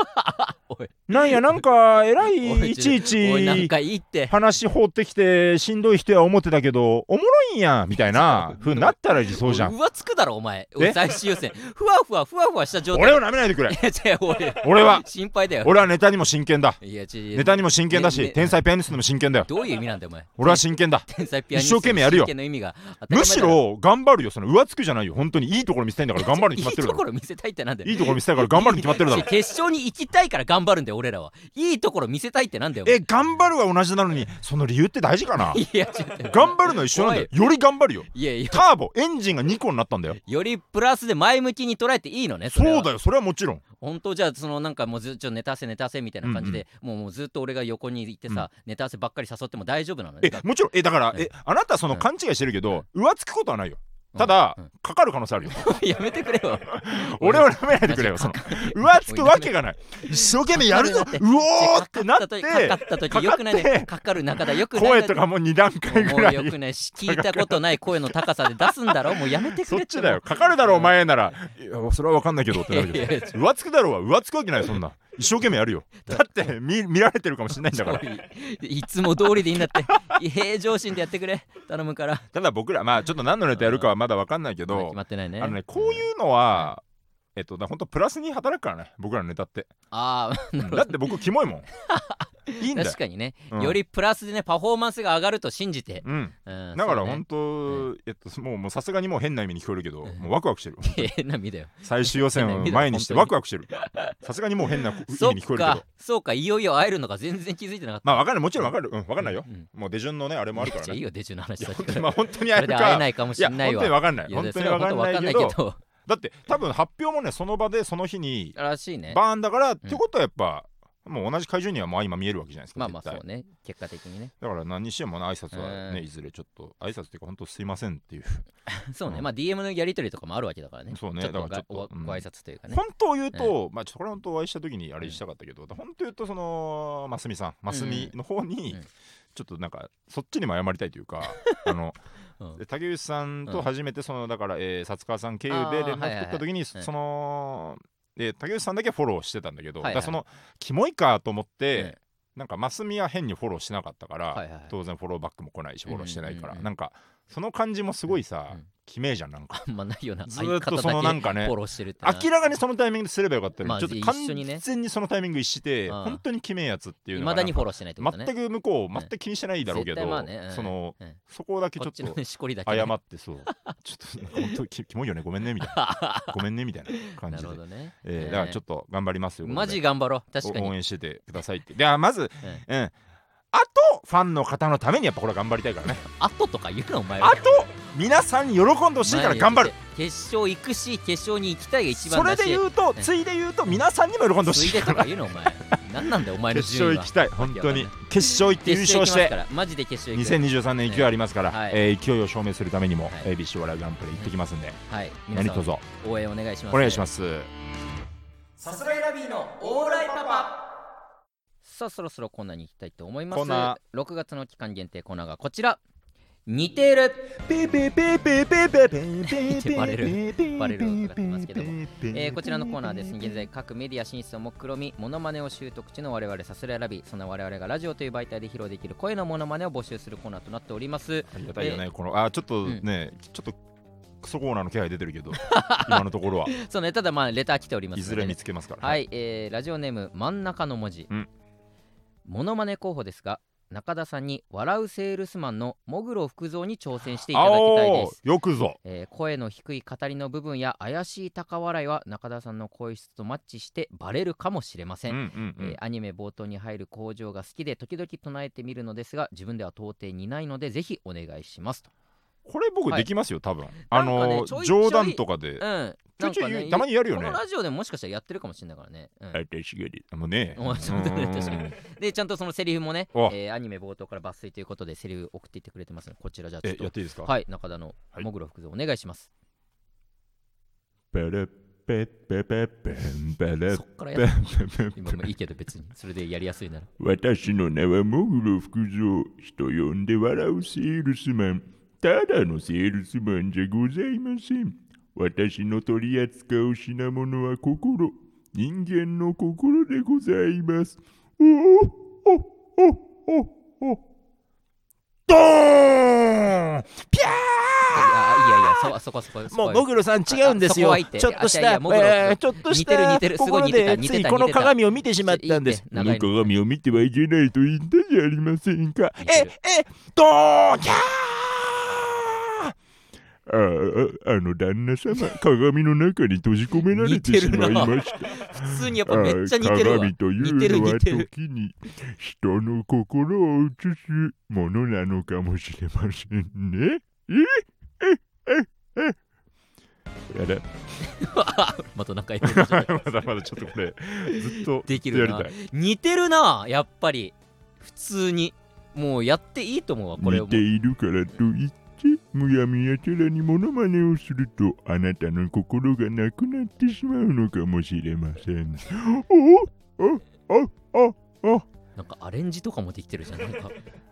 S1: おい
S2: なんやなんかえ
S1: (laughs)
S2: ら
S1: お
S2: いいちい
S1: おい、なん
S2: ち
S1: かいいって。
S2: 話放ってきてしんどい人や思ってたけどおもろいんやみたいな風になったら理想じゃん
S1: 浮つくだろお前
S2: え
S1: 最終予選ふわふわふわふわした状態
S2: 俺を舐めないでくれ
S1: いや違う俺
S2: 俺は
S1: 心配だよ
S2: 俺はネタにも真剣だ
S1: いや違う違う
S2: ネタにも真剣だ
S1: ねね
S2: し天才ピアニストにも真剣だよ
S1: どういう意味なんだよお前
S2: 俺は真剣だ
S1: 天才ピアニスト
S2: 一生懸命やるよ
S1: 真剣の意味が当たり前だろ
S2: むしろ頑張るよその浮つくじゃないよ本当にいいところ見せたいんだから頑張るに決まってる
S1: いい
S2: だ
S1: とこ
S2: ろ
S1: ろ見せたいってなんだよ
S2: いいところ見せたいから頑張るに決まってるだ
S1: 違
S2: ろ
S1: う決勝に行きたいから頑張るんだよ俺らはいいところ見せたいってなんだよ
S2: え頑張るは同じなのにその理由って大事かな
S1: いや違う違う
S2: 頑張るのは一緒なんだよより頑張るよ
S1: いやいや
S2: ターボエンジンが2個になったんだよ
S1: よりプラスで前向きに捉えていいのねれは
S2: そうだよそれはもちろん
S1: 本当じゃあそのなんかもうずっとネタせネタせみたいな感じで、もうもうずっと俺が横にいてさ、ネタせばっかり誘っても大丈夫なのね
S2: えもちろんえだから
S1: うん
S2: えあなたその
S1: うん
S2: 勘違いしてるけど浮つくことはないよただ、
S1: うん
S2: かかる可能性あるよ
S1: やめてくれよ
S2: 俺は舐めないでくれよその浮つくわけがない一生懸命やるぞ
S1: かかる
S2: うおーってなっ
S1: かかってた時
S2: かかって
S1: よくないねかかる中だよくない
S2: 声とかも2段階
S1: も
S2: ぐ
S1: う
S2: ら
S1: よ
S2: い
S1: くないし聞いたことない声の高さで出すんだろもうやめてく
S2: そ
S1: れ
S2: ってちだよかかるだろお前ならいやそれは分かんないけどっ
S1: い
S2: て
S1: や
S2: なる
S1: い
S2: け
S1: や
S2: ど
S1: いや
S2: 浮つくだろうは浮つくわけないそんな一生懸命やるよだって見見られてるかもしれないんだ
S1: (laughs)
S2: から
S1: いいつも通りでいいんだってい平常心でやってくれ頼むから
S2: ただ僕らまあちょっと何のネタやるかはまだ分かんないけ
S1: まだ
S2: ど
S1: 決まってないね
S2: あのねこういうのはえっとだ本当プラスに働くからね僕らのネタって
S1: ああなるほ
S2: だ
S1: ど
S2: って僕キモ
S1: (laughs)
S2: いもんいいんだよ
S1: 確かにね、
S2: うん
S1: よりプラスでねパフォーマンスが上がると信じて、
S2: うん
S1: うん
S2: だから
S1: そうね
S2: 本当、えっともうもうさすがにもう変な意味に聞こえるけど、
S1: うん
S2: もうワクワクしてる
S1: (laughs) 変な意味だよ
S2: 最終
S1: (laughs)
S2: 予選を前にして
S1: 変な意味だ
S2: ワクワクしてるさすがにもう変な意味
S1: そ
S2: に聞こ
S1: っ
S2: えるけど
S1: かそうかいよいよ会えるのが全然気づいてなかった
S2: まあわかんないもちろんわかるうんわかんないよ
S1: う、ん
S2: もう出順のねあれもあるか
S1: じゃ
S2: ら
S1: あいい
S2: ね
S1: よ出中の話
S2: い
S1: だ
S2: や
S1: け
S2: 本当
S1: ど
S2: にまあ本当に
S1: そ
S2: 会え
S1: れ
S2: る
S1: で
S2: か
S1: 会えないかも
S2: い
S1: し
S2: や
S1: ん
S2: 本
S1: ないわ
S2: 当にわかんない
S1: いや
S2: 本当
S1: そ
S2: に
S1: れ
S2: わ
S1: は
S2: か
S1: 本
S2: ん
S1: 当わ
S2: ない
S1: かんな
S2: け
S1: いけ
S2: ど
S1: ど
S2: だって多分発表もねその場でその日
S1: (laughs)
S2: に
S1: らしいね
S2: バーンだから、ってことはやっぱもう同じ会場にはまあ今見えるわけじゃないですか
S1: まあまあ
S2: 絶対
S1: そうね結果的にね
S2: だから何にしてもね挨拶はね、
S1: うん
S2: いずれちょっと挨拶っていうか本当すいませんっていう、
S1: そうね、
S2: うん
S1: まあ DM のやり取りとかもあるわけだからね
S2: そうね
S1: ちょっと
S2: だからちょっ
S1: ご
S2: とうん
S1: ご挨拶というかね
S2: 本当を言うと、まあちょっとこれ本当お会いした時にあれしたかったけど、本当言うとそのますみさんますみの方に、
S1: うん
S2: ちょっとなんかそっちにも謝りたいとい
S1: (laughs)
S2: うかあの
S1: うん
S2: で竹内さん
S1: う
S2: と
S1: ん
S2: 初めてそのだから、えー、薩川さん経由
S1: あ
S2: で
S1: ー
S2: 連
S1: はい
S2: 絡
S1: はい
S2: 取った時にそ
S1: うん
S2: その、えー竹内さんだけフォローしてたんだけど、
S1: はいはい
S2: だからそのキモいかと思って、
S1: うん
S2: なんかますみは変にフォローしなかったから、
S1: はいはいはい
S2: 当然フォローバックも来ないしフォローしてないから、
S1: うんうんうん
S2: なんかその感じもすごいさ、
S1: うん
S2: きめえじゃんなんか
S1: あんまないような
S2: ずーっとそ
S1: 相方だ
S2: の
S1: け
S2: なんかね
S1: フォローしてるってな
S2: 明らかにそのタイミングですればよかったのに、
S1: まあ
S2: ちょっと
S1: 一緒にね
S2: 完全にそのタイミング一して、
S1: うん
S2: 本当にきめえやつっていう
S1: い
S2: の
S1: ま
S2: がな
S1: だ
S2: ん
S1: に
S2: か
S1: フォローしてないってことね
S2: 全く向こう
S1: うん
S2: 全く気にしてないだろう
S1: 絶
S2: けど、
S1: 対まあねうん
S2: その
S1: うん
S2: そこだけち
S1: こ
S2: ょ
S1: っ
S2: っ
S1: ちの
S2: と
S1: ねしこりだけね、
S2: 謝ってそう (laughs) ちょっとなんか本当にキキモいよねごめんねみたい
S1: (laughs)
S2: なごめんねみたいな感
S1: な
S2: じ
S1: る
S2: で
S1: ほ、どね、
S2: えーだからち
S1: っ
S2: ょっと頑張りますよ
S1: マジ
S2: が
S1: 頑張ろう確かに
S2: 応援しててくださいってではまず、
S1: う
S2: うん、あとファンの方のためにやっぱこれは頑張りたいからね
S1: あととか言うなお前は
S2: あと皆さんに喜んでほしいから頑張る
S1: 決勝行くし決勝に行きたいが一
S2: そ
S1: 番
S2: れ
S1: だし
S2: で言うと
S1: うん
S2: ついで言うと皆さんにも喜んでほ
S1: つ
S2: し
S1: い
S2: い
S1: で
S2: か
S1: と
S2: ら
S1: か言うのお前何なんだよお前の
S2: 決
S1: 順
S2: 勝
S1: 位は
S2: (laughs) 行きたい本当に
S1: わけわ
S2: 決勝行って優勝し
S1: 行きます
S2: て
S1: からマジで決勝行く
S2: 2023年勢いありますから、
S1: はい
S2: えー勢いを証明するためにも、
S1: はい
S2: ABC お笑いグランプリ行ってきますんで、
S1: はい皆
S2: 何
S1: さん
S2: 卒
S1: 応援お願いします
S2: お願いします、
S1: さすらいラビーのオーライパパさあそろそろコーナーに行きたいと思います
S2: コーナ
S1: 6月の期間限定コーナーがこちら似てる
S2: ペペペペペペペペ
S1: バレるバレる音が鳴ってますけどもえ
S2: え
S1: ーこちらのコーナーはですね現在各メディア進出を目論みモノマネを習得中の我々さすらいラビーそんな我々がラジオという媒体で披露できる声のモノマネを募集するコーナーとなっております
S2: ありがたいよねこのあちょっとね、ちょっとクソコーナーの気配出てるけど今のところは
S1: そうねただまあレター来ております
S2: い
S1: の
S2: ず
S1: で
S2: れ見つけますから、
S1: はい、えーラジオネーム真ん中の文字、
S2: うん
S1: モノマネ候補ですが中田さんに笑うセールスマンのモグロ福蔵に挑戦していただきたいで
S2: お
S1: す、
S2: よくぞ
S1: えー声の低い語りの部分や怪しい高笑いは中田さんの声質とマッチしてバレるかもしれませ、
S2: うんんうんう
S1: えー
S2: ん
S1: アニメ冒頭に入る工場が好きで時々唱えてみるのですが自分では到底にないのでぜひお願いしますと
S2: これ僕
S1: はい
S2: できますよ多分、
S1: な
S2: あ
S1: んかね
S2: の
S1: ちょいちょい
S2: 冗談とかで
S1: うん
S2: ちょいちょ
S1: なんか
S2: いたまにやるよ
S1: こ
S2: ね
S1: のラジオでももしかしたらやってるかもしれないからね、うん
S2: あ私がであもう
S1: (laughs)
S2: ね
S1: おそうだね
S2: うんうんうん
S1: 確かにでちゃんとそのセリフもね、
S2: お
S1: えーアニメ冒頭から抜粋ということでセリフ送っていってくれてますのでこちらじゃあちょっ
S2: え
S1: と
S2: やっていいですか
S1: はい中田の
S2: はい
S1: もぐろ福蔵お願いします、
S2: ペレペペペペンペレ
S1: そっからや
S2: ペ
S1: る
S2: ペペ
S1: 今もいいけど別にそれでやりやすいなら
S2: 私の名はモグロ福蔵人呼んで笑うセールスマンただのセールスマンじゃございません私の取り扱う品物は心人間の心でございますおおおおおおドーンピャ
S1: いやいやいやそこそこそこそこ
S3: もうモグロさん違うんです
S1: あそこ
S3: よ。
S1: はいいって
S3: ちょっとし
S1: いやい
S3: た、
S1: やモグロ
S3: えーちょっとし
S1: 似てる似
S3: た
S1: てるす
S3: と
S1: ご
S3: ころ
S1: い似てた
S3: で
S1: 似て
S3: つ
S1: た
S3: いこの鏡を見てしまったんです。
S1: いいって長いの
S2: 鏡を見てはいけないと言ったじゃありませんか
S1: 似
S3: え
S1: てる、
S3: え、
S2: ドーンキャーあああの旦那
S1: (laughs)
S2: 様鏡の中に閉じ込められてしまいました
S1: 普通にやっぱ
S2: あ
S1: めっちゃ似てるわ
S2: 鏡とい
S1: 似てる
S2: うのは
S1: 似てる
S2: 時に人の心を映すものなのかもしれませんねええええやれ
S1: (laughs) また仲いいことじゃない
S2: (laughs) まだまだちょっとこれずっと
S1: できるな
S2: やりたい
S1: 似てるなやっぱり普通にもうやっていいと思うわこれ
S2: 似
S1: も
S2: ているからといって
S4: むやみやたらにモノマネをするとあなたの心がなくなってしまうのかもしれません。おおおお
S1: なんかアレンジとかもできてるじゃん。なんか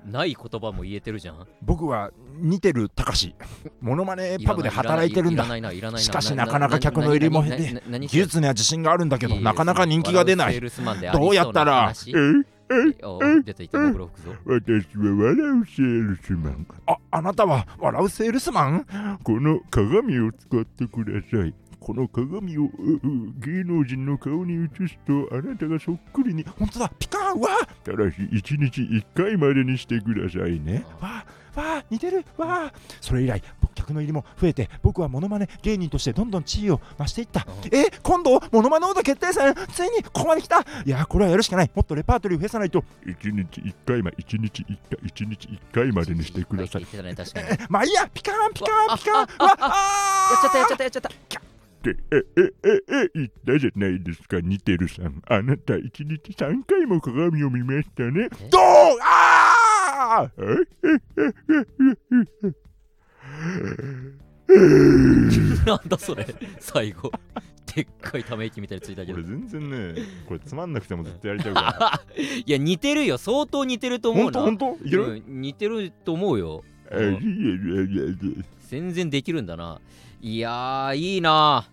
S1: ない言葉も言えてるじゃん。
S2: 僕は似てるたかしモノマネパブで働いてるんだ
S1: いらないないらないな。
S2: しかしなかなか客の入りも減って
S1: 技
S2: 技術には自信があるんだけどなかなか人気が出ないどうやったら
S4: ええ
S1: 出ていた僕ら吹くぞ。
S4: 私は笑うセールスマン。
S2: ああなたは笑うセールスマン
S4: この鏡を使ってください。この鏡をうう芸能人の顔に映すとあなたがそっくりに。
S2: 本当だピカーンわ
S4: ただし1日1回までにしてくださいね。
S2: ーわーわー似てるわーそれ以来僕客の入りも増えて僕はモノマネ芸人としてどんどん地位を増していったえ今度モノマネ王座決定戦ついにここまで来たいやーこれはやるしかないもっとレパートリーを増やさないと
S4: 1日1回ま1日1回1日1回までにしてくださ
S1: 言
S4: い。
S1: ってたね、確かに。
S2: えまあいいやピカーンピカーンピカーンわ
S1: ああ
S2: あ
S1: やっちゃ
S2: ー
S1: ったやっちゃったやっちゃった。
S4: ってええええ言ったじゃないですか似てるさん。あなた1日3回も鏡を見ましたね。
S2: どうあ
S4: ええ
S1: なんだそれ、最後。でっかいため息みたいについたけど。
S2: 全然ねこれつまんなくても絶対やりちゃう
S1: あははいや、似てるよ。相当似てると思うな。
S2: 当い
S1: うん似てると思うよ。
S4: えええええ
S1: 全然できるんだな。いやー、いいな。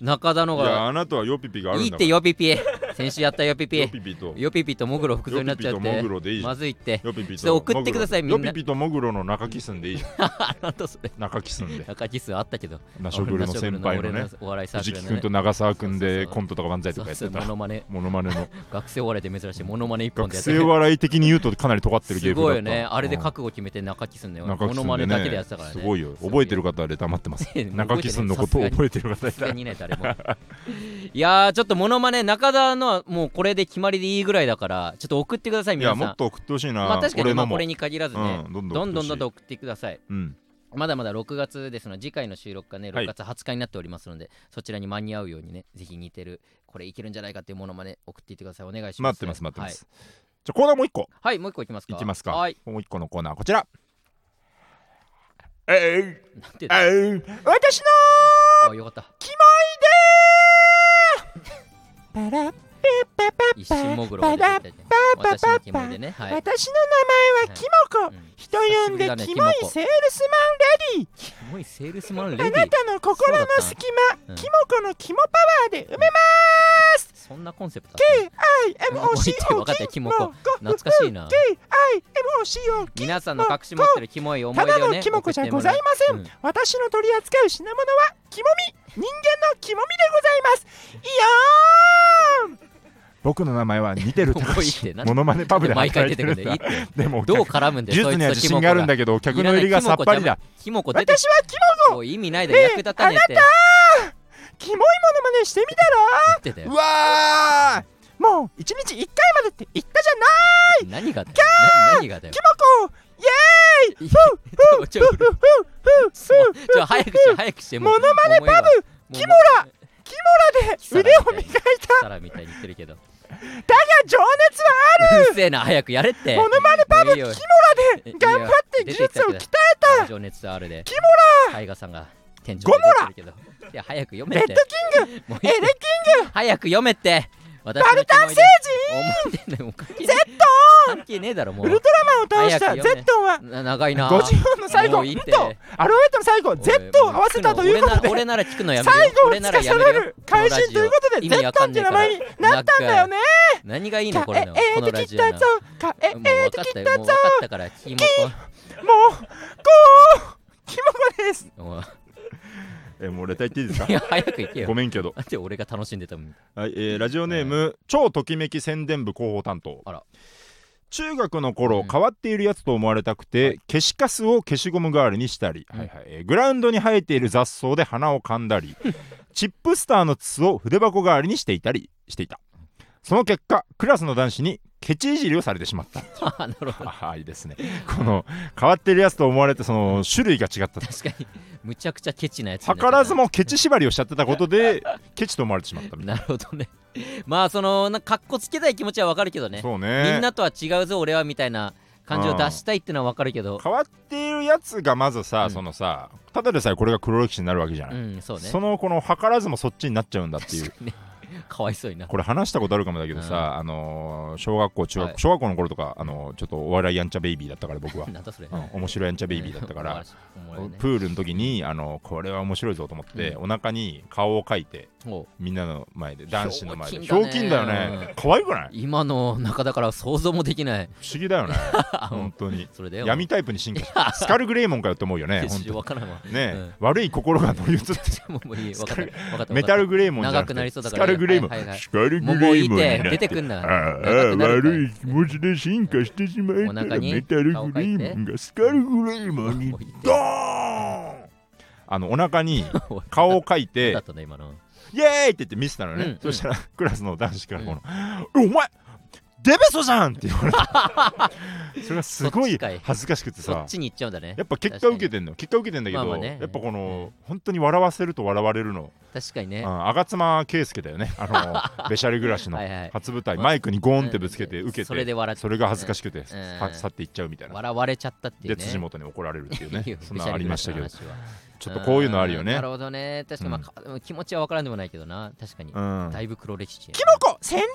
S1: 中田のが。
S2: あなたはヨピピが
S1: いいってヨピピ。先週やったヨピピ。
S2: ピと
S1: ヨピピとモグロ服装になっちゃって。
S2: ロで
S1: まずいって。
S2: ヨピピ
S1: それ送ってください
S2: モグロ
S1: みんな
S2: ヨピピとモグロの中キスんでいいじゃん。
S1: なんだそれ。
S2: 中キスん
S1: (laughs)
S2: で。
S1: 中キスあったけど。
S2: ナショグルの先輩の
S1: 俺
S2: ね。
S1: お笑いサーク
S2: 藤
S1: ル
S2: 木
S1: の
S2: 君
S1: ね
S2: と。長澤君
S1: そうそう
S2: で
S1: そう
S2: コントとか漫才と
S1: そ
S2: かや
S1: う
S2: っ
S1: そ
S2: て
S1: うモ
S2: た。
S1: ノマネ
S2: モノマ
S1: (laughs)
S2: ネの。
S1: 学生お笑いで珍しいモノマネ一本
S2: 学
S1: でやって
S2: 生笑い的に言うとかなり尖ってるゲ
S1: す
S2: ームだった。
S1: ごいよね。あれで
S2: うん
S1: 覚悟決めて中キスんだよ。モ
S2: 中キ
S1: ノ
S2: ス
S1: マ
S2: ん
S1: ネ
S2: で
S1: だけでや
S2: ね
S1: ってたからね。
S2: すごいよ。覚えてる方はレター待ってます。中キスんのことを覚えてる方い
S1: さす
S2: た
S1: が
S2: ら。
S1: にね誰もいやーちょっとモノマネ中田のはもうこれで決まりでいいぐらいだからちょっと送ってください
S2: い
S1: 皆さ
S2: や、
S1: ん
S2: もっと送ってほしい
S1: まあ
S2: な。
S1: 確かに
S2: 俺
S1: まあ
S2: の
S1: こ
S2: も
S1: れ。に限らずね、
S2: うんどん
S1: どんどんどんどん
S2: ん。
S1: 送ってください
S2: うん。
S1: まだまだ6月ですので次回の収録がね
S2: はい
S1: 6月20日になっておりますので、そちらに間に合うようにねぜひ似てるこれいけるんじゃないかっていうモノマネ送っていってくださいお願いします
S2: 待ってます、待ってます。じゃあ、コーナーもう一個。
S1: はい、はいもう一個いきますか
S2: いきますか
S1: はい
S2: もう一個のコーナー、こちら。
S4: え
S1: なんて言っ
S4: え
S1: た
S4: え
S2: 私の
S1: あよかった
S5: パラッペパパ
S1: 一瞬モグロが出てきたね
S5: パパ
S1: 私のキモでねはい、
S5: 私の名前はキモコ
S1: うん
S5: 人呼んでキモいセールスマンレディー
S1: キモいセールスマンレデ
S5: あ
S1: ィ
S5: なたの心の隙
S1: うだった
S5: 間
S1: うん
S5: キモコのキモパワーで埋めま
S1: そんなコンセプトだったね
S5: す KIMOCO
S1: うん分かったよキモコ
S5: もうご
S1: 懐かしいな
S5: KIMOCO キ
S1: 皆さんの隠し持ってるキモい思い
S5: た
S1: 出
S5: だ
S1: を
S5: の
S1: ね
S5: キモコじゃございません、
S1: うん
S5: 私の取り扱う品物はキモミ人間のキモミでございますいやーん
S2: 僕の名前は似てる高
S1: 覚え
S2: 橋
S5: (laughs)
S1: てな
S2: モノマネパブで
S1: 毎回
S2: 働
S1: 出
S2: い
S1: て
S2: て
S1: くるん
S2: るん
S1: だよいい
S2: だ
S1: って
S2: でも
S1: どう
S2: 客
S1: 絡むんだ
S2: ジュ
S1: よ
S2: ー
S1: そ
S2: ス
S1: いつとキ
S2: には自
S1: モ
S2: 信
S1: コ
S2: がある
S1: が
S2: んだけど客の入りがさっぱりだ
S1: キモコ出て
S5: 私はキ
S1: もう意味ないだろ役立たねえって
S5: モキモいものまねしてみたら
S1: 言ってたよ
S5: うわーもう一日一回までって言ったじゃない
S1: 何がだよな何がだよ
S5: キモコイエーイふ
S1: (laughs) ちょちょ
S5: ふふふふふ
S1: ちょ早くして早くしても
S5: モノマネパブ
S1: ブ
S5: キモラキモラで腕を磨いた
S1: サラみたいに言ってるけどう
S5: だが情熱はある
S1: るせえな早くやれって
S5: モノマネパブ
S1: いい
S5: キモ
S1: よ
S5: ラで頑張って技術を鍛えた
S1: 情熱あるで
S5: キモラ
S1: タイガさんが店長
S5: ゴモラ
S1: 出てるけどいや早く読め
S5: レ
S1: っ
S5: ッ
S1: て
S5: ドキング
S1: もういい
S5: エレキング
S1: 早く読めって私
S5: バルタン星
S1: 人思い出ないもう関係ね
S5: Z
S1: え関係ねえだろも
S5: ウ
S1: う
S5: ルトラマンを倒した
S1: 早く読め
S5: ゼットンは
S1: な長いな
S5: 54の最
S1: も
S5: 後
S1: ういい
S5: ん
S1: って
S5: とアルファベットの最後 Z を合わせたということで
S1: 俺なら俺なら聞くのやめるよ
S5: 最後を
S1: 俺なら
S5: 司
S1: やめるよ
S5: る会心ということで
S1: 意味
S5: Z
S1: わ
S5: っ
S1: かん
S5: て
S1: ねえ
S5: 名
S1: から
S5: 前になったんだよね
S1: 何がいいの
S5: か
S1: これ
S5: え
S1: の
S5: え
S1: こ
S5: ー
S1: の
S5: て
S1: ラ
S5: き
S1: ジ
S5: た
S1: オな
S5: ぞかええー
S1: もう分
S5: て
S1: かった
S5: き
S1: よ
S5: た
S1: もう分
S5: ぞ
S1: かったからキモ
S5: もうこうキモコです
S1: コもう
S2: えもうレター言っていいですか
S1: いや早く行け
S2: ご
S1: よ
S2: めんけど
S1: だって俺が楽しんでたもん
S2: はい、えーラジオネーム超ときめき宣伝部広報担当
S1: あら
S2: 中学の
S1: う
S2: 頃、
S1: ん
S2: 変わっているやつと思われたくて、消しカスを消しゴム代わりにしたり、
S1: うん
S2: はいはいえーグラウンドに生えている雑草で鼻を噛んだりチップスターの筒を筆箱代わりにしていたりしていたその結果クラスの男子にケチいじりをされてしまった
S1: (laughs) あなるほど
S2: ああいいですねこの変わっているやつと思われてその種類が違った
S1: 確かにむちゃくちゃケチなやつになっちゃ
S2: 図
S1: った
S2: らずもケチ縛りをしちゃってたことでケチと思われてしまったみたい
S1: なるほどね (laughs) まあそのなんかかっこつけたい気持ちはわかるけど
S2: な
S1: ね
S2: そうね
S1: みんなとは違うぞ俺はみたいな感じを出したいってのは分かるけど
S2: 変わっているやつがまず
S1: う
S2: さ、
S1: ん
S2: そのさただでさえこれが黒歴史になるわけじゃな
S1: う
S2: い、
S1: んそうね
S2: そのこの図らずもそっちになっちゃうんだっていう
S1: 確かにねかわいそうにな
S2: これ話したことあるかもだけどさ、あのー小学校中学、
S1: はい、
S2: 小学校の頃とかあのーちょっとお笑いやんちゃベイビーだったから僕は
S1: なんだそれ
S2: うん、面白いやんちゃベイビーだったから
S1: おもろいね
S2: プールの時にあのーこれは面白いぞと思って、お腹に顔を描いて
S1: おう
S2: みんなの前で男子の前で
S1: ひ
S2: ひ
S1: ょ
S2: ょ
S1: う
S2: う
S1: き
S2: き
S1: ん
S2: ん
S1: だ
S2: だ
S1: よ
S2: よ
S1: ね
S2: ね可愛くない
S1: 今の中だから想像もできない
S2: 不思
S1: (laughs)
S2: 議だよね本当に
S1: それだよ
S2: 闇タイプに進化した
S1: (laughs)
S2: スカルグレイモンかよって思うよね本当
S1: 分からんわ (laughs)
S2: にね、
S1: うん
S2: 悪い心が乗り移って
S1: もういい分かった分かった分かった
S2: メタルグレイモンじゃな
S1: 長
S2: く
S1: くなり
S2: て
S1: そうだ
S2: ス
S1: から
S2: カルグレイモン
S1: はいはいはい
S4: スカル
S1: もう
S4: グ
S1: もう
S4: レ
S1: い
S4: イ
S1: い
S4: モン
S1: て
S4: に
S1: 出
S4: なってて
S1: くんな
S4: あ
S1: 長く
S4: あ
S1: なるから
S4: 悪い気持ちで進化してしま
S1: お
S4: うか
S1: 腹
S4: ら
S1: に
S4: メタルグレイモンがスカルグレイモンに
S1: もういいて
S4: ドーン
S2: あのお
S1: (laughs)
S2: 腹に顔を描い
S1: 何
S2: て
S1: (laughs) だったんだ今の
S2: イエーイって言って見せたのね、
S1: うん
S2: そしたらクラスの男子からこの「お前デベソじゃん!」って言われた
S1: (laughs)
S2: それがすご
S1: そっち
S2: い
S1: かい
S2: 恥ずかしくて
S1: そ
S2: さ
S1: っちに行っちゃうんだね
S2: やっぱ結果受けてんの結果受けてんだけど、
S1: まあまあね
S2: やっぱこの本当に笑わせると笑われるの
S1: 確かに
S2: あ
S1: ね
S2: 吾妻圭介だよねあ
S1: (laughs)
S2: のべしゃり暮らしの
S1: はいはい
S2: 初舞台
S1: まあ
S2: マイクにゴーンってぶつけて受けて
S1: それで笑っ
S2: それが恥ずかしくて、
S1: ん
S2: は去っていっちゃうみたいな
S1: 笑われちゃったっていう
S2: で
S1: ね
S2: 辻元に怒られるっていうね
S1: (laughs) いいよ
S2: そんなのありましたけど
S1: ベシャリ暮らしの話は
S2: ちょっとこういうのあるよ
S1: ん
S2: ね
S1: なるほどね確かに、まあか気持ちは分からんでもないけどな確かに、
S2: うんっ
S1: だいぶ黒歴史や
S5: キノコ戦略ミ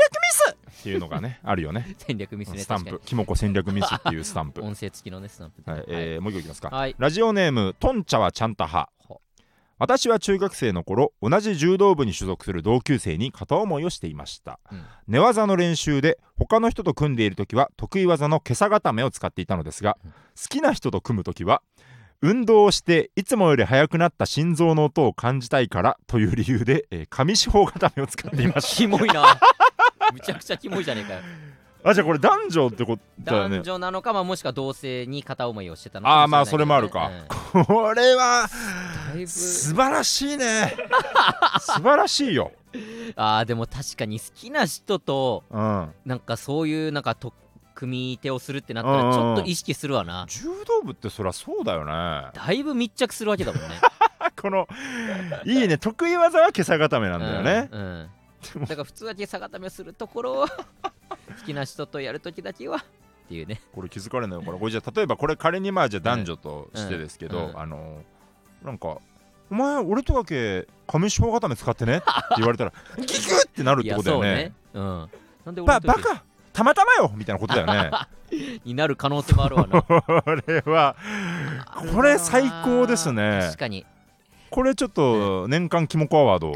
S5: ス
S2: ていうのがねあるよね
S1: 戦略ミスね
S2: スタン
S1: 確
S2: プ
S1: か、
S2: キモコ戦略ミスっていうスタ
S1: (laughs)
S2: ンプ。
S1: に音声付きのねスタンプ、
S2: はいえーもう一個いきますか、
S1: はい
S2: ラジオネームとんちゃはちゃんたは
S1: ほ
S2: 私は中学生の頃同じ柔道部に所属する同級生に片思いをしていました、
S1: うん
S2: 寝技の練習で他の人と組んでいる時は得意技の袈裟固めを使っていたのですが
S1: うん
S2: 好きな人と組む時は運動をしていつもより速くなった心臓の音を感じたいからという理由で、えー、紙四方固めを使っていました
S1: キモいな (laughs) むちゃくちゃキモいじゃねえかよ
S2: (laughs) あじゃあこれ男女ってことだよね
S1: 男女なのか、まあ、もしくは同性に片思いをしてたのか
S2: あ
S1: も
S2: ーまあ
S1: し
S2: そ
S1: れ
S2: れも
S1: な
S2: あ
S1: いけ
S2: る
S1: どね
S2: か、これは
S1: うんだいぶ
S2: 素晴らしい (laughs) ね素晴らしいよ、
S1: あーでも確かに好きな人と
S2: うん、
S1: なんかそういうなんかと組み手をするってなった
S2: うんうんう
S1: ら
S2: ん
S1: ちょっと意識するわな、
S2: 柔道部ってそりゃそうだよね (laughs)
S1: だいぶ密着するわけだもんね
S2: このいいね得意技は袈裟固めなんだよね、
S1: うんうんだから普通だけ逆ためするとこ
S2: (laughs)
S1: ろを好きな人とやるときだけはっていうね
S2: これ気づかれないのかなこれじゃあ例えばこれ仮にまあじゃあ男女としてですけど、
S1: うんうん
S2: あのなんかお前俺とだけ紙四方固め使ってねって言われたら (laughs) ギクってなるっ
S1: い
S2: て
S1: や
S2: ことだ
S1: そ
S2: よ
S1: う
S2: ね
S1: ねうんなんで俺の
S2: ばバ
S1: 時
S2: カたまたまよみたいなことだよね
S1: になる可能性もあるわな
S2: これは (laughs) これ最高ですね
S1: 確かに
S2: これちょっと年間キモコアワード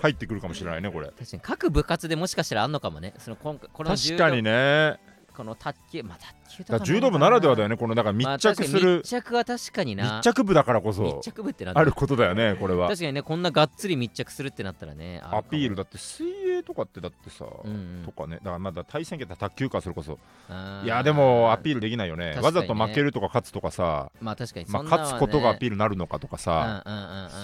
S2: 入ってくるかもしれないねこれ
S1: 確かに各部活でもしかしたらあんのかもねその今回この
S2: 確
S1: 柔
S2: か
S1: 道
S2: にね
S1: この卓球まあ卓球と
S2: だ
S1: か
S2: から柔道部ならではだよ
S1: ね
S2: ねこのだから密着する
S1: 密着は確かにな
S2: 密着部だからこ
S1: 密
S2: そ
S1: 着部ってなんだ
S2: あることだよねこれは
S1: 確かにねこんながっつり密着するってなったらね
S2: アピール
S1: だ
S2: だって水泳とかってだってさ
S1: うんうん
S2: とかねだからまだ対戦権だ卓球かそれこそ
S1: あー
S2: いやでもアピールできないよね
S1: 確か
S2: わ
S1: にね
S2: ざと負けるとか勝つとかさ
S1: まあ確かに
S2: まあ勝つことがアピ
S1: ール
S2: ールになるのかとかさ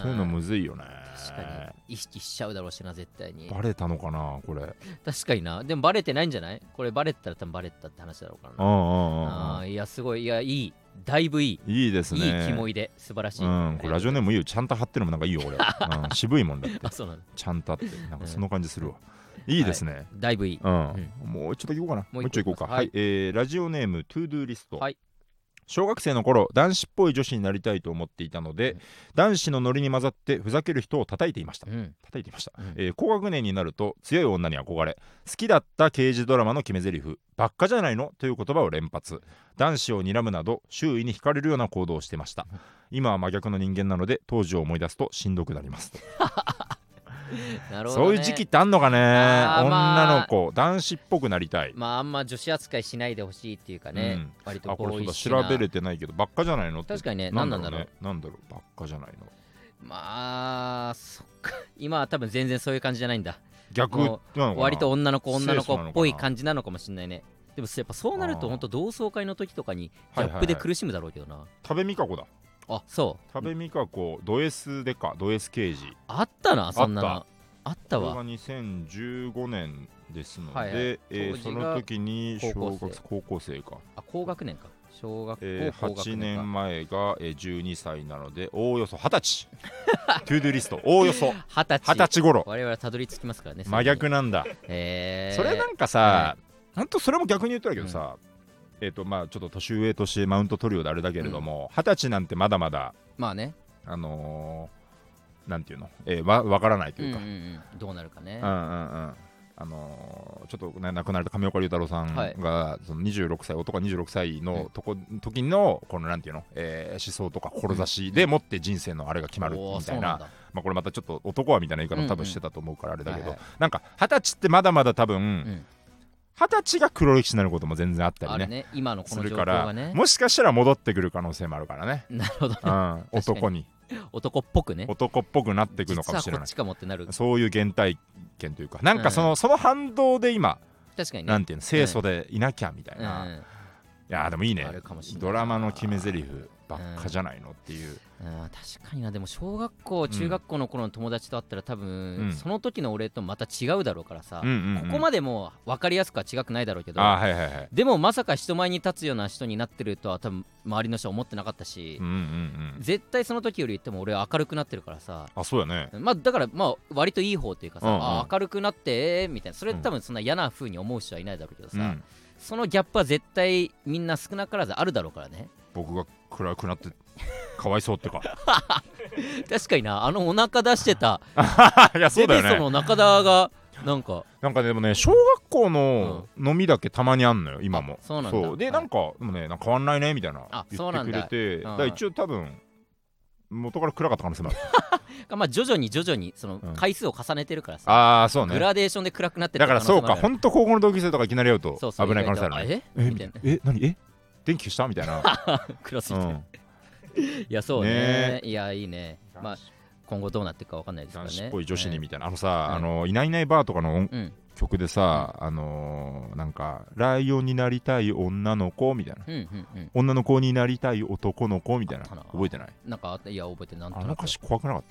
S2: そういうのむずいよね
S1: 確かに意識しちゃうだろうしな絶対に
S2: バレたのかなこれうんうん
S1: 確かになでもバレてないんじゃないこれバレてたら多分バレてたって話だろうからな
S2: う
S1: あ
S2: んうん
S1: ーいやすごいいやいいだいぶいい
S2: いいです
S1: い
S2: ね
S1: いキモいで素晴らしい
S2: うん、これラジオネームいいよ。ちゃんと貼ってるのもなんかいいよ、俺。うん、渋いもんだって
S1: (laughs) あ。そうなんだ
S2: ちゃんと貼って。なんかその感じするわ。いいですね。
S1: だいぶいい
S2: うん。もうちょっと行こうかな。
S1: も
S2: も
S1: う
S2: う
S1: 一個
S2: 一丁
S1: 行
S2: 行
S1: こ
S2: こ
S1: うか
S2: うか。はい。えーラジオネーム、トゥードゥーリスト
S1: はい。
S2: 小学生の頃、男子っぽい女子になりたいと思っていたの
S1: う
S2: で
S1: ん、
S2: 男子のノリに混ざってふざける人を叩いていました
S1: う。ん
S2: 叩いていました、
S1: うん
S2: えー高学年になると強い女に憧れ好きだった刑事ドラマの決め台詞ばっかじゃないのという言葉を連発男子を睨むなど周囲に惹かれるような行動をしてました今は真逆の人間なので当時を思い出すとしんどくなります、
S1: なるほどね
S2: そういう時期ってあんのかね
S1: あーまあ
S2: 女の子男子っぽくなりたい、
S1: まああんま女子扱いしないでほしいっていうかね、
S2: うん
S1: 割
S2: あ
S1: と
S2: これ
S1: こ
S2: そう
S1: う
S2: だ調べれてないけどばっかじゃないのって
S1: 確かにね何なんだろう
S2: ねなんだろうばっかじゃないの
S1: まあそっか今は多分全然そういう感じじゃないんだ
S2: 逆な
S1: も
S2: のかな
S1: 割と女の子女
S2: 清楚な
S1: の
S2: のか
S1: 子
S2: な
S1: っぽい感じなのかもしれないねでもやっぱそうなる
S2: あ
S1: と
S2: ー
S1: 本当同窓会の時とかにギ
S2: はい
S1: ャ
S2: はいはい
S1: ップで苦しむだろうけどな、
S2: 多部未華子だ
S1: あそう
S2: 多部未華子ド S でかド S 刑事
S1: あったなそんなの
S2: あ
S1: あったわ
S2: これが2015年ですので、
S1: はいはい
S2: えー
S1: 当
S2: そ
S1: 時が
S2: の時に小
S1: 高校生
S2: 学生高校生か、
S1: あ高学年か小学校、
S2: えー
S1: 高学
S2: 8
S1: 年か
S2: 年前が、えー12歳なのでおおよそ20歳 (laughs) トゥードゥーリストおおよそ
S1: 二十歳
S2: 20歳
S1: (laughs)
S2: 頃
S1: 我々はたどり着きますからね
S2: 真逆
S1: な
S2: なんだ、
S1: えー、
S2: それなんかさ、ほんとそれも逆に言ったらけどさ、えっとまあ、ちょっと年上としてマウント取るようであれだけれども二十、歳なんてまだまだ、
S1: まあね、
S2: あのーなんていうの、えーわわからないと
S1: うん
S2: いううんか、
S1: うん、どうなるかね
S2: うんうんうんあのーちょっと、ね、亡くなられた上岡龍太郎さんが、
S1: はい
S2: その26歳男が26歳
S1: うん
S2: のとこ、時のこのなんていうの、えー思想とか志でもって人生のあれが決まる
S1: おー
S2: みた
S1: そ
S2: いうな、
S1: んだ
S2: まあ、これまたちょっと男はみたいな言い方
S1: うんう
S2: を
S1: ん
S2: 多分してたと思うからあれだけど、
S1: はいは
S2: なんか二十歳ってまだまだ多分
S1: ん
S2: 二十、歳が黒歴史になることも全然あった
S1: あ
S2: り
S1: れ
S2: ね
S1: ね今のこ
S2: す
S1: の
S2: る
S1: 状
S2: か
S1: 況
S2: ら、
S1: がね
S2: もしかしたら戻ってくる可能性もあるからね、
S1: なるほど (laughs)
S2: うん、
S1: に
S2: 男に
S1: 男っぽくね
S2: 男っぽくなっていくの
S1: 実
S2: かも
S1: は
S2: し
S1: こ
S2: れな
S1: っ
S2: い
S1: ちかもってなる
S2: そういう原体験というかなんかその,、その反動で今
S1: 確かにね
S2: なんていうの清楚でいなきゃみたいうな、い
S1: ん
S2: やーでもいいね
S1: あるかもしれない
S2: ドラマの決め台詞ばっかじゃないのっていう、
S1: うん確かになでも小学校中学校の頃の友達と会ったら多
S2: う
S1: 分
S2: ん
S1: その時の俺とまた違うだろうからさ
S2: うんうんうん
S1: ここまでもう分かりやすくは違くないだろうけど
S2: あーはいはいはい
S1: でもまさか人前に立つような人になってるとは多分周りの人は思ってなかったし
S2: うんうんうん
S1: 絶対その時より言っても俺は明るくなってるからさ
S2: あそうだね
S1: まあだからまあ割といい方というかさ、
S2: うんうん
S1: あ明るくなってえーみたいなそれ多分そんな嫌な風に思う人はいないだろうけどさ、
S2: うん
S1: そのギャップは絶対みんな少なからずあるだろうからね
S2: 僕が暗くなってかわいそうっていう
S1: (laughs)
S2: か
S1: 確かになあのお腹出してた
S2: いやそうだ
S1: デビソ
S2: よね
S1: の中田がなんか
S2: なんかでもね小学校の飲みだけたまにあんのよ今も
S1: あそうなんだは
S2: で
S1: い
S2: なんかでもねなんか変わんないねみたいな
S1: あ
S2: 言ってくれて
S1: そう
S2: だ
S1: なんだうん
S2: から一応多分元から暗かった可能性もある
S1: まあ徐々に徐々にその
S2: うん
S1: 回数を重ねてるからさ、
S2: ああそう
S1: グ
S2: ね
S1: ラデーションで暗くなって
S2: だからそうか
S1: 本
S2: 本当高校の同級生とかいきなり会うと
S1: そうそう
S2: 危ない可能性あるね
S1: ねえ
S2: え
S1: みたいな
S2: え何え電気消したみ
S1: (laughs)
S2: たいな、
S1: 暗す
S2: う
S1: ぎて、
S2: ん、
S1: いやそうね
S2: ね
S1: いやいいねまあ今後どうなっていくかわかんないですから
S2: 男
S1: ね
S2: 子っぽい女子にみたいな、あ
S1: う
S2: の
S1: ん
S2: さ、あのいないいないバーとかの音
S1: うん
S2: 曲でさ、あのーなんかライオンになりたい女の子みたいな
S1: うんうんうん
S2: 女の子になりたい男の子みたいな
S1: あったな
S2: 覚えてない
S1: なんかあったいや覚えてるなんと
S2: あ
S1: なく
S2: の歌詞怖くなかっ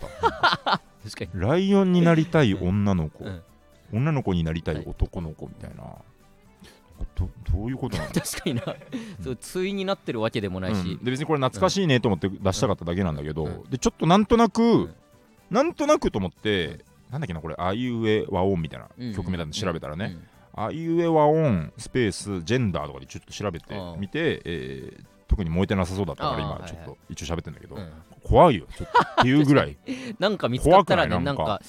S2: た
S1: 確かに
S2: ライオンになりたい女の子、
S1: うん
S2: 女の子になりたい男の子みたいな、どどういうことなの
S1: 確かにな、そうついになってるわけでもないし
S2: うん、で別にこれ懐かしいねと思って出したかっただけなんだけど、
S1: うん
S2: でちょっとなんとなく、
S1: ん
S2: なんとなくと思って、なんだっけなこれ「あいうえ和音」みたいな曲名だって調べたらね、
S1: うん
S2: あいうえ和音スペースジェンダーとかでちょっと調べて
S1: うん
S2: みて、えー特に燃えてなさそうだったから
S1: あー
S2: 今
S1: はい
S2: ちょ
S1: はい
S2: っと一応喋ってんだけど、
S1: うん
S2: 怖いよちょっとっていうぐらい
S1: なんか見つかったらねな
S2: 怖くない
S1: ん
S2: なん
S1: か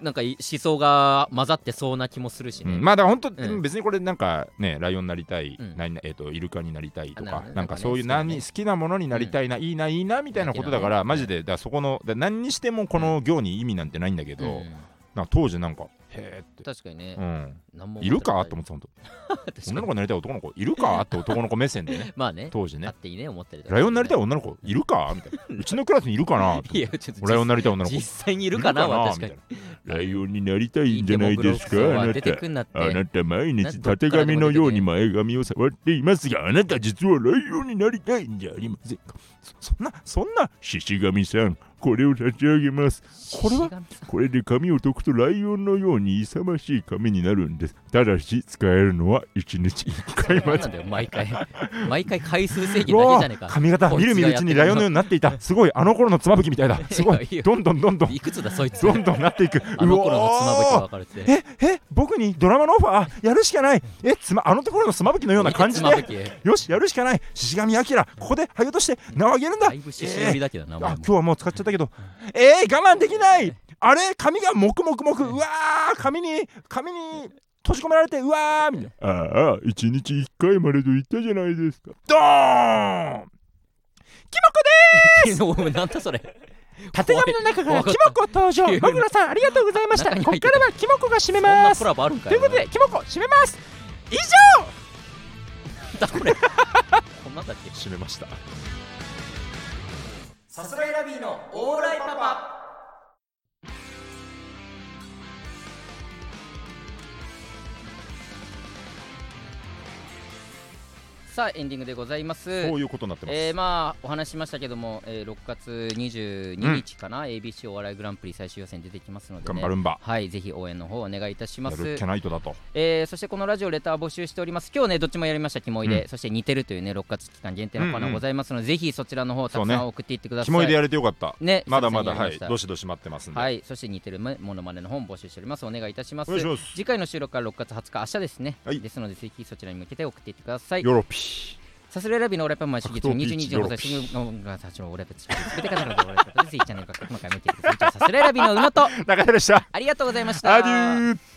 S1: なんか思想が混ざってそうな気もするしね、
S2: うんまあだから本当、
S1: うん
S2: 別にこれなんかねライオンになりたい、
S1: うん
S2: 何なえー、とイルカになりたいと
S1: あなるほ
S2: か
S1: どね
S2: なんかそういう
S1: なんかね
S2: 何好きなものになりたいな、いいないいなみたいなことだか
S1: だけど
S2: ら、
S1: ね
S2: マジでだからそこのだから何にしてもこの行に意味なんてないんだけど、
S1: うん
S2: なんか当時なんかへえって、
S1: 確かにね
S2: う、ん、
S1: 何も
S2: いるかと
S1: 思
S2: 思って本
S1: って
S2: 当
S1: ない確か
S2: 女の子になりたい男の子いるかって男の子目線
S1: (laughs)
S2: でね
S1: にまあね
S2: 当時ね
S1: あっていいね思ったりとか
S2: ライオンになりたい女の子いるかみたいな。うちのクラスにいるかな
S1: (laughs) いやちょっと
S2: (laughs) ライオンになりたい女の子
S1: (laughs) 実際にいるかなは確かに
S2: いる
S4: ライオンになりた
S1: い
S4: い
S1: い
S4: んじ
S1: デ
S4: ゃ
S1: モ
S4: ない
S1: グロ
S4: で
S1: フ
S4: す
S1: ス
S4: か
S1: は
S4: あな
S1: 出
S4: た
S1: て。くんなって
S4: あなた毎
S1: な
S4: 日たてがみのように
S1: ど
S4: 前髪を触っていますがあなた実はライオンになりたいんじゃありませんかそそんなそんな獅子神さんこれを差し上げますこれは
S1: は
S4: これで髪を解くとライオンのように勇ましい髪になるんですただし使えるのは1日1回ま
S1: な
S4: で
S1: んだよ毎回毎回回数制限だ
S2: う
S1: け
S2: わ
S1: じゃねえ
S2: ー
S1: か
S2: 髪型
S1: こい
S2: 見
S1: つが
S2: る見るうちにライオンのようになっていたすごいあの頃のつまぶきみた
S1: (laughs)
S2: いだすご
S1: いや
S2: い
S1: いいよ
S2: どんどんどんどん
S1: いくつだそいつ
S2: どんどんなっていくう
S1: (laughs) あの頃のつまぶきが
S2: おー
S1: 分かるって
S2: ええ僕にドラマのオファーやるしかないえつまあのところのつまぶきのような感じ
S1: つまぶ
S2: で
S1: き
S2: よしやるしかない獅子神明ここで俳優として名を上げるんだ
S1: だいぶ獅子寄りだけどな、
S2: あ
S1: お前も
S2: 今日はもう使っちゃったけどえー、我慢できないあれ髪がもくもくもくうわー髪に髪に閉じ込められてうわーみたいな
S4: ああ1日1回までと言ったじゃないですか
S2: ドーン
S1: (laughs) お前なんだそれ
S3: 縦紙の中からキモコ登場
S1: 怖かった
S3: マグロさんありがとうございました
S1: 中に
S3: こ
S1: 入
S3: っ
S1: って
S3: か
S1: た
S3: らはキモコが締め
S1: そんな
S3: ま
S1: コ
S3: す
S1: ラボあるんか
S3: とい
S1: よ
S3: うことでキモコ締めます以上
S1: だこれ (laughs) こんなんだっけ
S2: 閉めました
S1: さすらいラビーのオーライパパさあエンディングでございます
S2: そういうことになってます、
S1: えーまあお話ししましたけども、えー6月22日かな、ABC お笑いグランプリ最終予選出てきますので、
S2: 頑
S1: ね
S2: 張、るんば
S1: はいぜひ応援の方お願いいたしま
S2: や
S1: す
S2: るっきゃないとだと
S1: えーそしてこのラジオレター募集しております今日ねどっちもやりましたキモイで、そして似てるというね6月期間限定のコーナーございますので、ぜひそちらの方た
S2: そ
S1: く
S2: う
S1: さ
S2: ね
S1: ん送っていってください
S2: キモいでやれてよかった
S1: ね
S2: まだまだ
S1: 久々
S2: は
S1: にやり
S2: い
S1: した
S2: どしどし待ってますんで、
S1: はいそして似てるものまねの本募集しておりますお願いいたします
S2: お願いします
S1: 次回の収録は6月20日明日ですね、
S2: はい
S1: ですのでぜひそちらに向けて送っていってください
S2: ヨロピー
S1: さすらいラビのオラペンマン主義中22時の放送新聞のが社長オラペン主義すべて方々のオラペンです。ぜひチャンネル登録、細かいメッセージ、さすらいラビの宇野と、
S2: 中田でした。
S1: ありがとうございました。
S2: アデュー